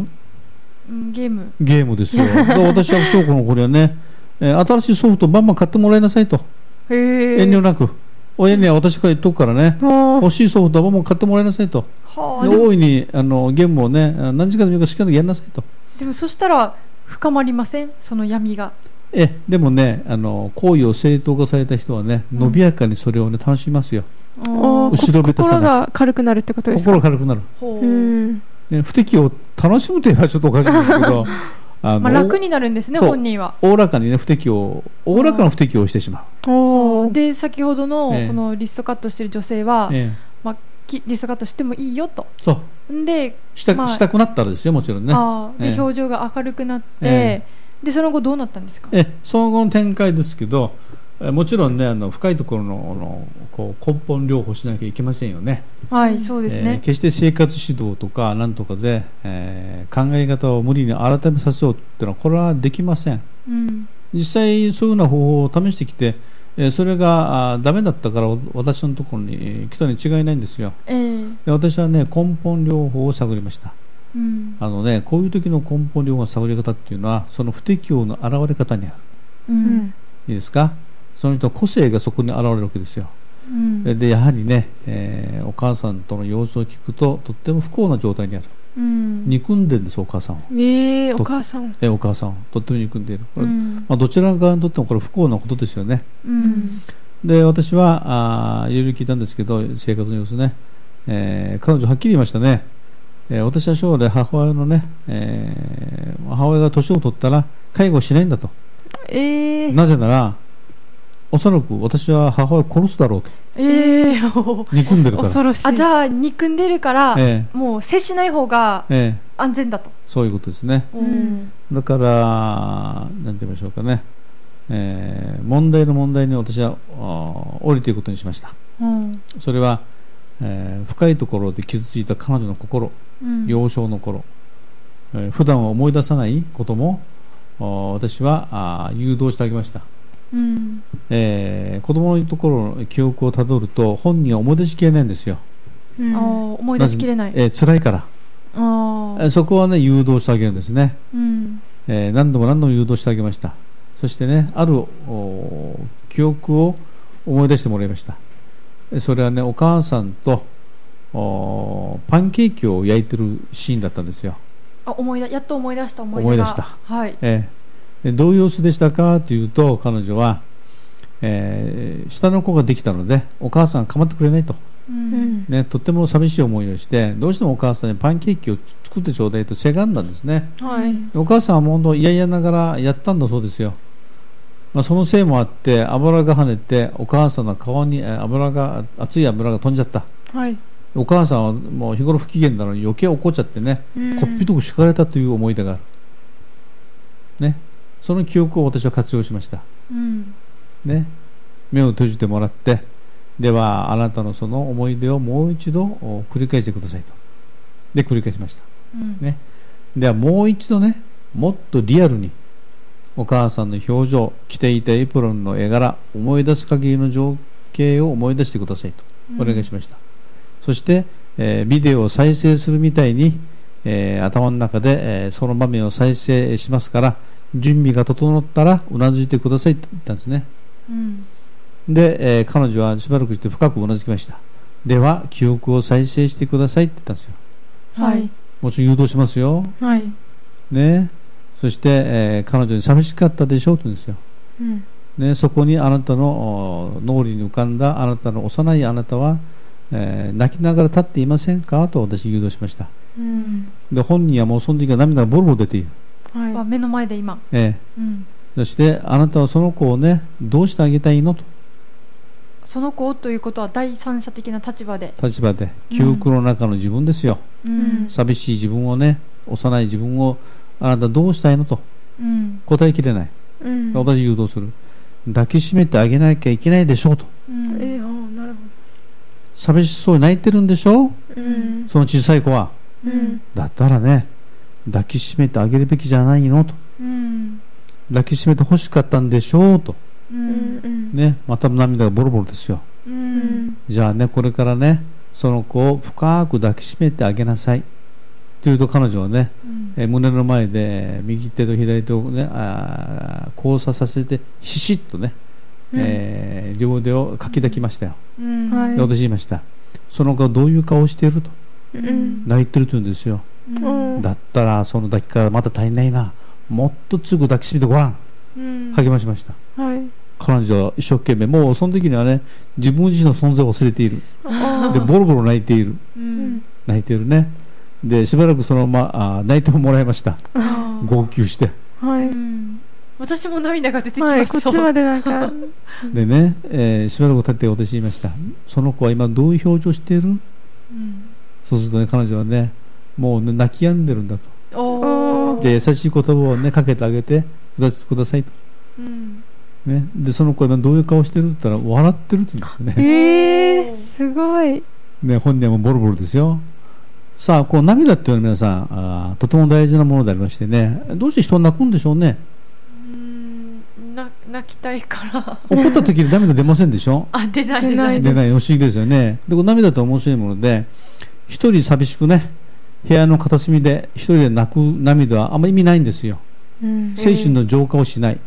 A: んゲーム
B: ゲームですよだから私は不登校の子にはねえー新しいソフトをバンバン買ってもらいなさいと
A: へ
B: 遠慮なく親には私から言っとくからね
C: お
B: 欲しいソフトをバンバン買ってもらいなさいと
A: はあ
B: で
A: でも
B: 大いにあのゲームをねあ何時間でもいいからしっかりやりなさいと
A: でもそしたら深まりませんその闇が
B: えでもねあの行為を正当化された人はね
A: うん
B: 伸びやかにそれをね楽しみますよ、
C: お
B: 後ろめたさが
C: 心が軽くなるってことですか
B: 心軽くなる、
A: ほう
C: うん
B: ね、不適を楽しむといえばちょっとおかしいですけ どあの
A: まあ、楽になるんですね
B: そう
A: 本人は
B: おおらかにね不適をおおらかな不適をしてしま
C: おー
A: で先ほどの
B: ええ
A: このリストカットしてる女性は
B: う、、え
A: まあ、きリストカットしてもいいよと
B: えそうん
A: で
B: した,、
A: まあ
B: したくなったらですよもちろんね
A: あーで、
B: ええ
A: 表情が明るくなって、
B: え
A: でその後どうなったんですか
B: ええその後の展開ですけどえもちろんねあの深いところのあのこう根本療法しなきゃいけませんよね
A: はいそうです
B: え
A: ね
B: ー、決して生活指導とかなんとかで、えー考え方を無理に改めさせようっていうのはこれはできません
A: うん
B: 実際そういうような方法を試してきて、えーそれがあーダメだったからお私のところにえー来たに違いないんですよ
A: ええ
B: で私はね根本療法を探りました
A: うん
B: あのねこういう時の根本療法の探り方っていうのはその不適応の現れ方にある
A: う
C: うんん
B: いいですかその人の個性がそこに現れるわけですよ
A: うん
B: ででやはりね、えーお母さんとの様子を聞くととっても不幸な状態にある
A: うん
B: 憎んでるんですお母さんを
C: ええお母さん
B: えお母さんをとっても憎んでいる
A: う
B: これ、
A: ん
B: まあ、どちら側にとってもこれ不幸なことですよね
A: うん
B: で私はあーいろいろ聞いたんですけど生活の様子ね、えー彼女はっきり言いましたねえー私は将来母親のね、えー母親が年を取ったら介護しないんだと、
A: えー、
B: なぜならおそらく私は母親を殺すだろうと
A: えー、
B: 憎んでるから
C: 恐ろしい
A: あじゃあ憎んでるから、
B: え
A: もう接しない方が
B: ええ
A: 安全だと、
B: そういうことですね
C: うん
B: だからなんて言いましょうかね、えー問題の問題に私はあー降りていくことにしました
A: うん
B: それは、えー深いところで傷ついた彼女の心
A: うん
B: 幼少の頃、えー普段は思い出さないこともあー私はあー誘導してあげました、
A: うん
B: えー子供のところの記憶をたどると本人は思い出しきれないんですよ
C: うん
A: あー思い出しきれない、
B: ぜえー辛いから
A: あ
B: え
A: あ
B: ーそこはね誘導してあげるんですね、
A: うん
B: えー何度も何度も誘導してあげましたそしてねあるお記憶を思い出してもらいましたえそれはねお母さんとおパンケーキを焼いてるシーンだったんですよ
A: あ思い出やっと思い出した思い出
B: 思い
A: が
B: 出した
A: はい
B: ええでどういう様子でしたかというと彼女は、えー下の子ができたのでお母さんが構ってくれないと、
A: う
C: うんん
B: ね、とっても寂しい思いをしてどうしてもお母さんにパンケーキを作ってちょうだいとせがんだんですね
A: はい
B: お母さんはもう本当嫌々ながらやったんだそうですよ、まあ、そのせいもあって油が跳ねてお母さんの顔にえー油が熱い油が飛んじゃった
A: はい
B: お母さんはもう日頃不機嫌なのに余計怒っちゃってね、
C: うん
B: こっぴどく叱られたという思い出がある、ね、その記憶を私は活用しました、
A: うん
B: ね、目を閉じてもらってではあなたのその思い出をもう一度お繰り返してくださいとで繰り返しました、
A: うん
B: ね、ではもう一度ねもっとリアルにお母さんの表情着ていたエプロンの絵柄思い出す限りの情景を思い出してくださいと
A: うん
B: お願いしました、そして、えービデオを再生するみたいに、えー頭の中で、えーその場面を再生しますから準備が整ったらうなずいてくださいって言ったんですね
A: うん
B: で、えー彼女はしばらくして深くうなずきましたでは記憶を再生してくださいって言ったんですよ
C: はい
B: もちろん誘導しますよ
A: はい
B: ね、そして、えー彼女に寂しかったでしょうと言うんですよ、
C: うん
B: ね、そこにあなたのお脳裏に浮かんだあなたの幼いあなたは、えー泣きながら立っていませんかと私誘導しました
C: うん
B: で本人はもうその時は涙がボロボロ出ている、
A: まあ
C: は
A: 目の前で今
B: え
A: うん
B: ーそしてあなたはその子をねどうしてあげたいのと
A: その子ということは第三者的な立場で
B: 立場で記憶の中の自分ですよ、
A: うん
B: 寂しい自分をね幼い自分をあなたどうしたいのと
A: うん
B: 答えきれない、
C: いうん
B: 私誘導する抱きしめてあげなきゃいけないでしょうと
A: うん
C: えーあーなるほ
B: 寂しそうに泣いてるんでしょ
C: どうん
B: その小さい子は
A: う
C: うん
A: ん
B: だったらね抱きしめてあげるべきじゃないのと
A: うん
B: 抱きしめて欲しかったんでしょうと
A: う
C: うんん
B: ねまた涙がボロボロですよ
A: う
C: うんん
B: じゃあねこれからねその子を深く抱きしめてあげなさいというと彼女はね
A: うん
B: えー胸の前で右手と左手をねあー交差させてひしっとね、
C: うん
B: えー両腕をかき抱きましたよ、
A: うん
C: は
B: で
C: い
B: 私言いましたその子はどういう顔をしていると
C: うん
B: 泣いてると言うんですよ
A: うん
B: だったらその抱きからまだ足りないなもっとすぐ抱きしめてごらん
A: うん
B: 励ましました
C: はい
B: 彼女は一生懸命もうその時にはね自分自身の存在を忘れている
C: あ
B: でボロボロ泣いている
A: う
C: ーうん
A: ん
B: 泣いているねでしばらくそのままあー泣いてもらいました
A: あー
B: 号泣して
C: は
A: う
C: い
A: ん私も涙が出てき
C: は
A: ま
C: いこっ
A: した
C: ちまでなん か
B: でね、えーしばらく経って私言いましたその子は今どういう表情している
A: うん
B: そうするとね彼女はねもうね泣き止んでるんだと
A: おー
B: で優しい言葉をねかけてあげてくだくださいと、
A: うん
B: ね、でその子は今どういう顔してるって言ったら笑ってるって言うんですよね
C: えーすごい
B: ね、本人はもうボロボロですよ。さあ、こう涙っていうのは皆さんあーとても大事なものでありましてね、どうして人は泣くんでしょうね。
A: うんな泣きたいから
B: 怒った時に涙出ませんでしょ
A: あ出ない
C: 出
A: 出な
C: ない
A: い
B: 出ない、不思議ですよね。で、こう涙って面白いもので、一人寂しくね、部屋の片隅で一人で泣く涙はあんまり意味ないんですよ。
C: うん
B: 精神の浄化をしない。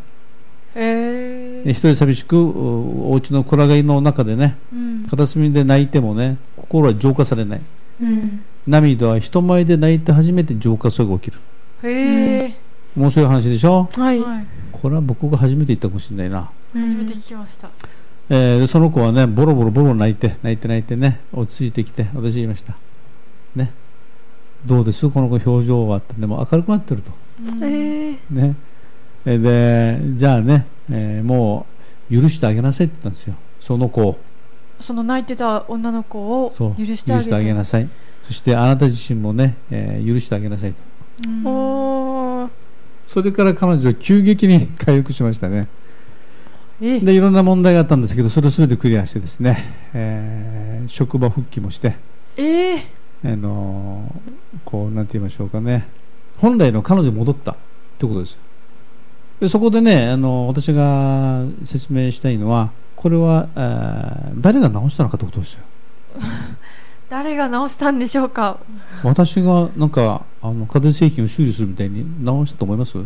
A: え
B: 一人寂しく、おお家の暗がりの中でね、
A: うん
B: 片隅で泣いてもね、心は浄化されない。
C: うん
B: 涙は人前で泣いて初めて浄化作用が起きる。
A: へえ
B: 面白い話でしょ
C: はい
A: はい
B: これは僕が初めて言ったかもしれないな、
A: 初めて聞きました
B: えーでその子はねボロボロボロ泣いて泣いて泣いてね落ち着いてきて私言いましたねどうですこの子表情はってでも明るくなってると、
A: うん
C: え
B: ね、えでじゃあね、えーもう許してあげなさいって言ったんですよその子を
A: その泣いてた女の子を
B: そう
A: 許してあげて
B: なさいそしてあなた自身もね、えー許してあげなさいと
A: うん
C: ー、おー
B: それから彼女は急激に回復しましたね
A: ええ
B: でいろんな問題があったんですけどそれを全てクリアしてですね、えー職場復帰もして
A: ええ
B: あのーこうなんて言いましょうかね本来の彼女に戻ったということですよでそこでね、あの私が説明したいのはこれは、えー誰が直したのかということですよ
A: 誰が直したんでしょうか
B: 私がなんかあの家電製品を修理するみたいに直したと思います、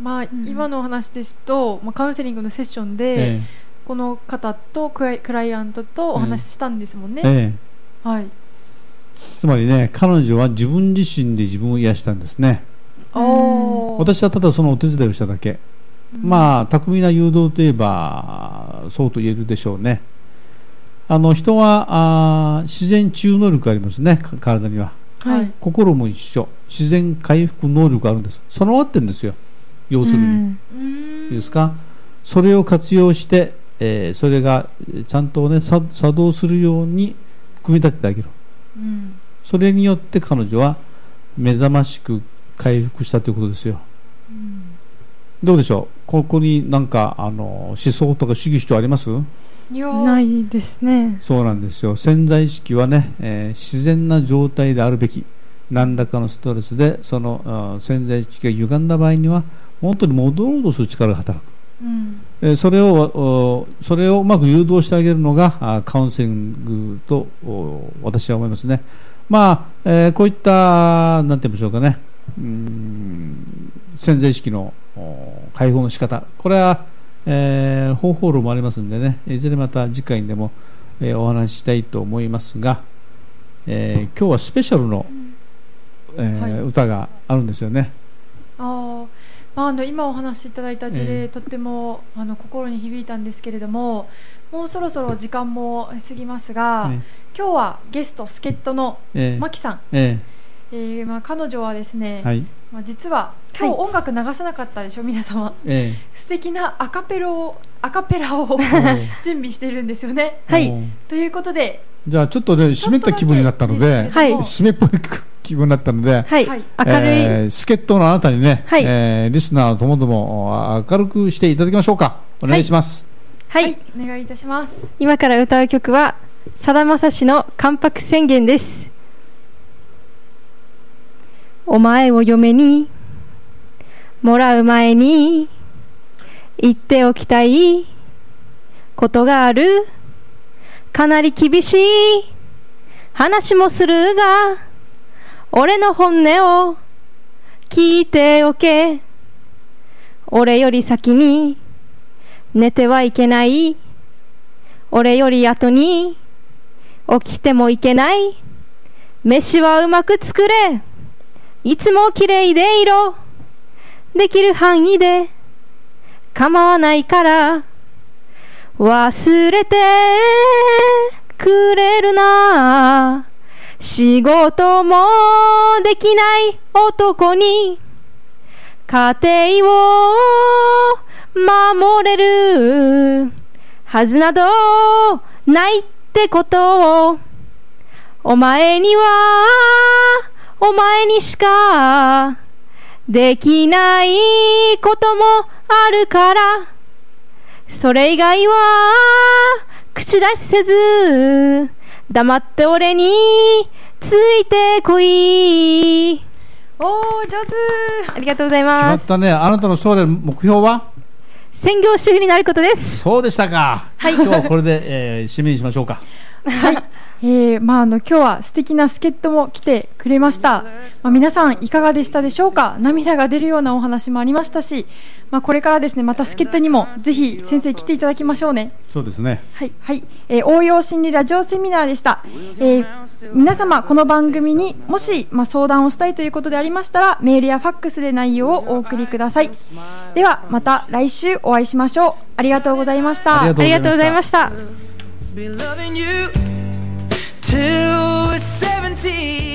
A: まあ、
C: ん
A: 今のお話ですと、まあ、カウンセリングのセッションで、
B: え
A: この方とクライクライアントとお話ししたんですもん
B: え
A: ね、
B: え
A: はい
B: えつまりね彼女は自分自身で自分を癒したんですね
A: おー
B: 私はただそのお手伝いをしただけ、まあ巧みな誘導といえばそうと言えるでしょうねあの人はあー自然治癒能力がありますねか体には
A: はい、
C: はい
B: 心も一緒自然回復能力があるんです備わってるんですよ要するに、
A: う
B: い
A: ーん
B: いですかそれを活用して、えーそれがえーちゃんとねさ作動するように組み立ててあげる
A: うん
B: それによって彼女は目覚ましく回復したということですよ
A: うん
B: どうでしょうここになんかあの思想とか主義主張あります
A: いや
C: うん
A: ー
C: ないですね
B: そうなんですよ潜在意識はね、えー自然な状態であるべき何らかのストレスでそのあー潜在意識が歪んだ場合には元に戻ろうとする力が働く
A: うん
B: えーそれをおそれをうまく誘導してあげるのがあカウンセリングとお私は思いますね。まあ、えーこういった、なんて言うんでしょうかね、うーん潜在意識のお解放の仕方、これは、えー方法論もありますんでね、いずれまた次回にでも、えーお話ししたいと思いますが、えー今日はスペシャルの、えー
A: はい
B: 歌があるんですよね。
A: あーまあ、あの今お話しいただいた事例、
B: ええ
A: とってもあの心に響いたんですけれどももうそろそろ時間も過ぎますが、
B: ね
A: 今日はゲスト助っ人の
B: えー
A: マキさん、
B: え
A: えーまあ、彼女はですね、
B: ーはい
A: まあ、実は今日音楽流さなかったでしょ、皆様
B: え
A: 素敵なアカペロをアカペラを
B: ー
A: 準備しているんですよね。
C: はい
B: おー
A: ということで
B: じゃあちょっとね、湿った気分になったので、
A: はい
B: 湿っぽい気分になったので、
C: はい、
A: はい
C: 明るい、
B: えー助っ人のあなたにね、
C: はい
B: えーリスナーともども明るくしていただきましょうか。お願いします。
C: はい、
A: お願いいたします。
C: 今から歌う曲はさだまさしの「関白宣言」ですお前を嫁にもらう前に言っておきたいことがあるかなり厳しい話もするが俺の本音を聞いておけ俺より先に寝てはいけない俺より後に起きてもいけない飯はうまく作れいつもきれいでいろできる範囲で構わないから忘れてくれるな仕事もできない男に家庭を守れるはずなどないってことをお前にはお前にしかできないこともあるからそれ以外は口出しせず黙って俺についてこい
A: おー上手
C: ありがとうござい
B: 決ま
C: ま
B: っ
C: す
B: たね、あなたの将来の目標は
C: 専業主婦になることです
B: そうでしたか。はい、今日はこれで、えー締めにしましょうか。
A: えーまあ、あの今日は素敵な助っ人も来てくれました、まあ、皆さんいかがでしたでしょうか涙が出るようなお話もありましたし、まあ、これからですねまた助っ人にもぜひ先生来ていただきましょうね
B: そうですね。
A: はい、はいえー応用心理ラジオセミナーでした、えー皆様この番組にもし、まあ、相談をしたいということでありましたらメールやファックスで内容をお送りくださいではまた来週お会いしましょうありがとうございました
B: ありがとうございました
C: ありがとうございまし
E: be
C: た
E: loving you till we're 70.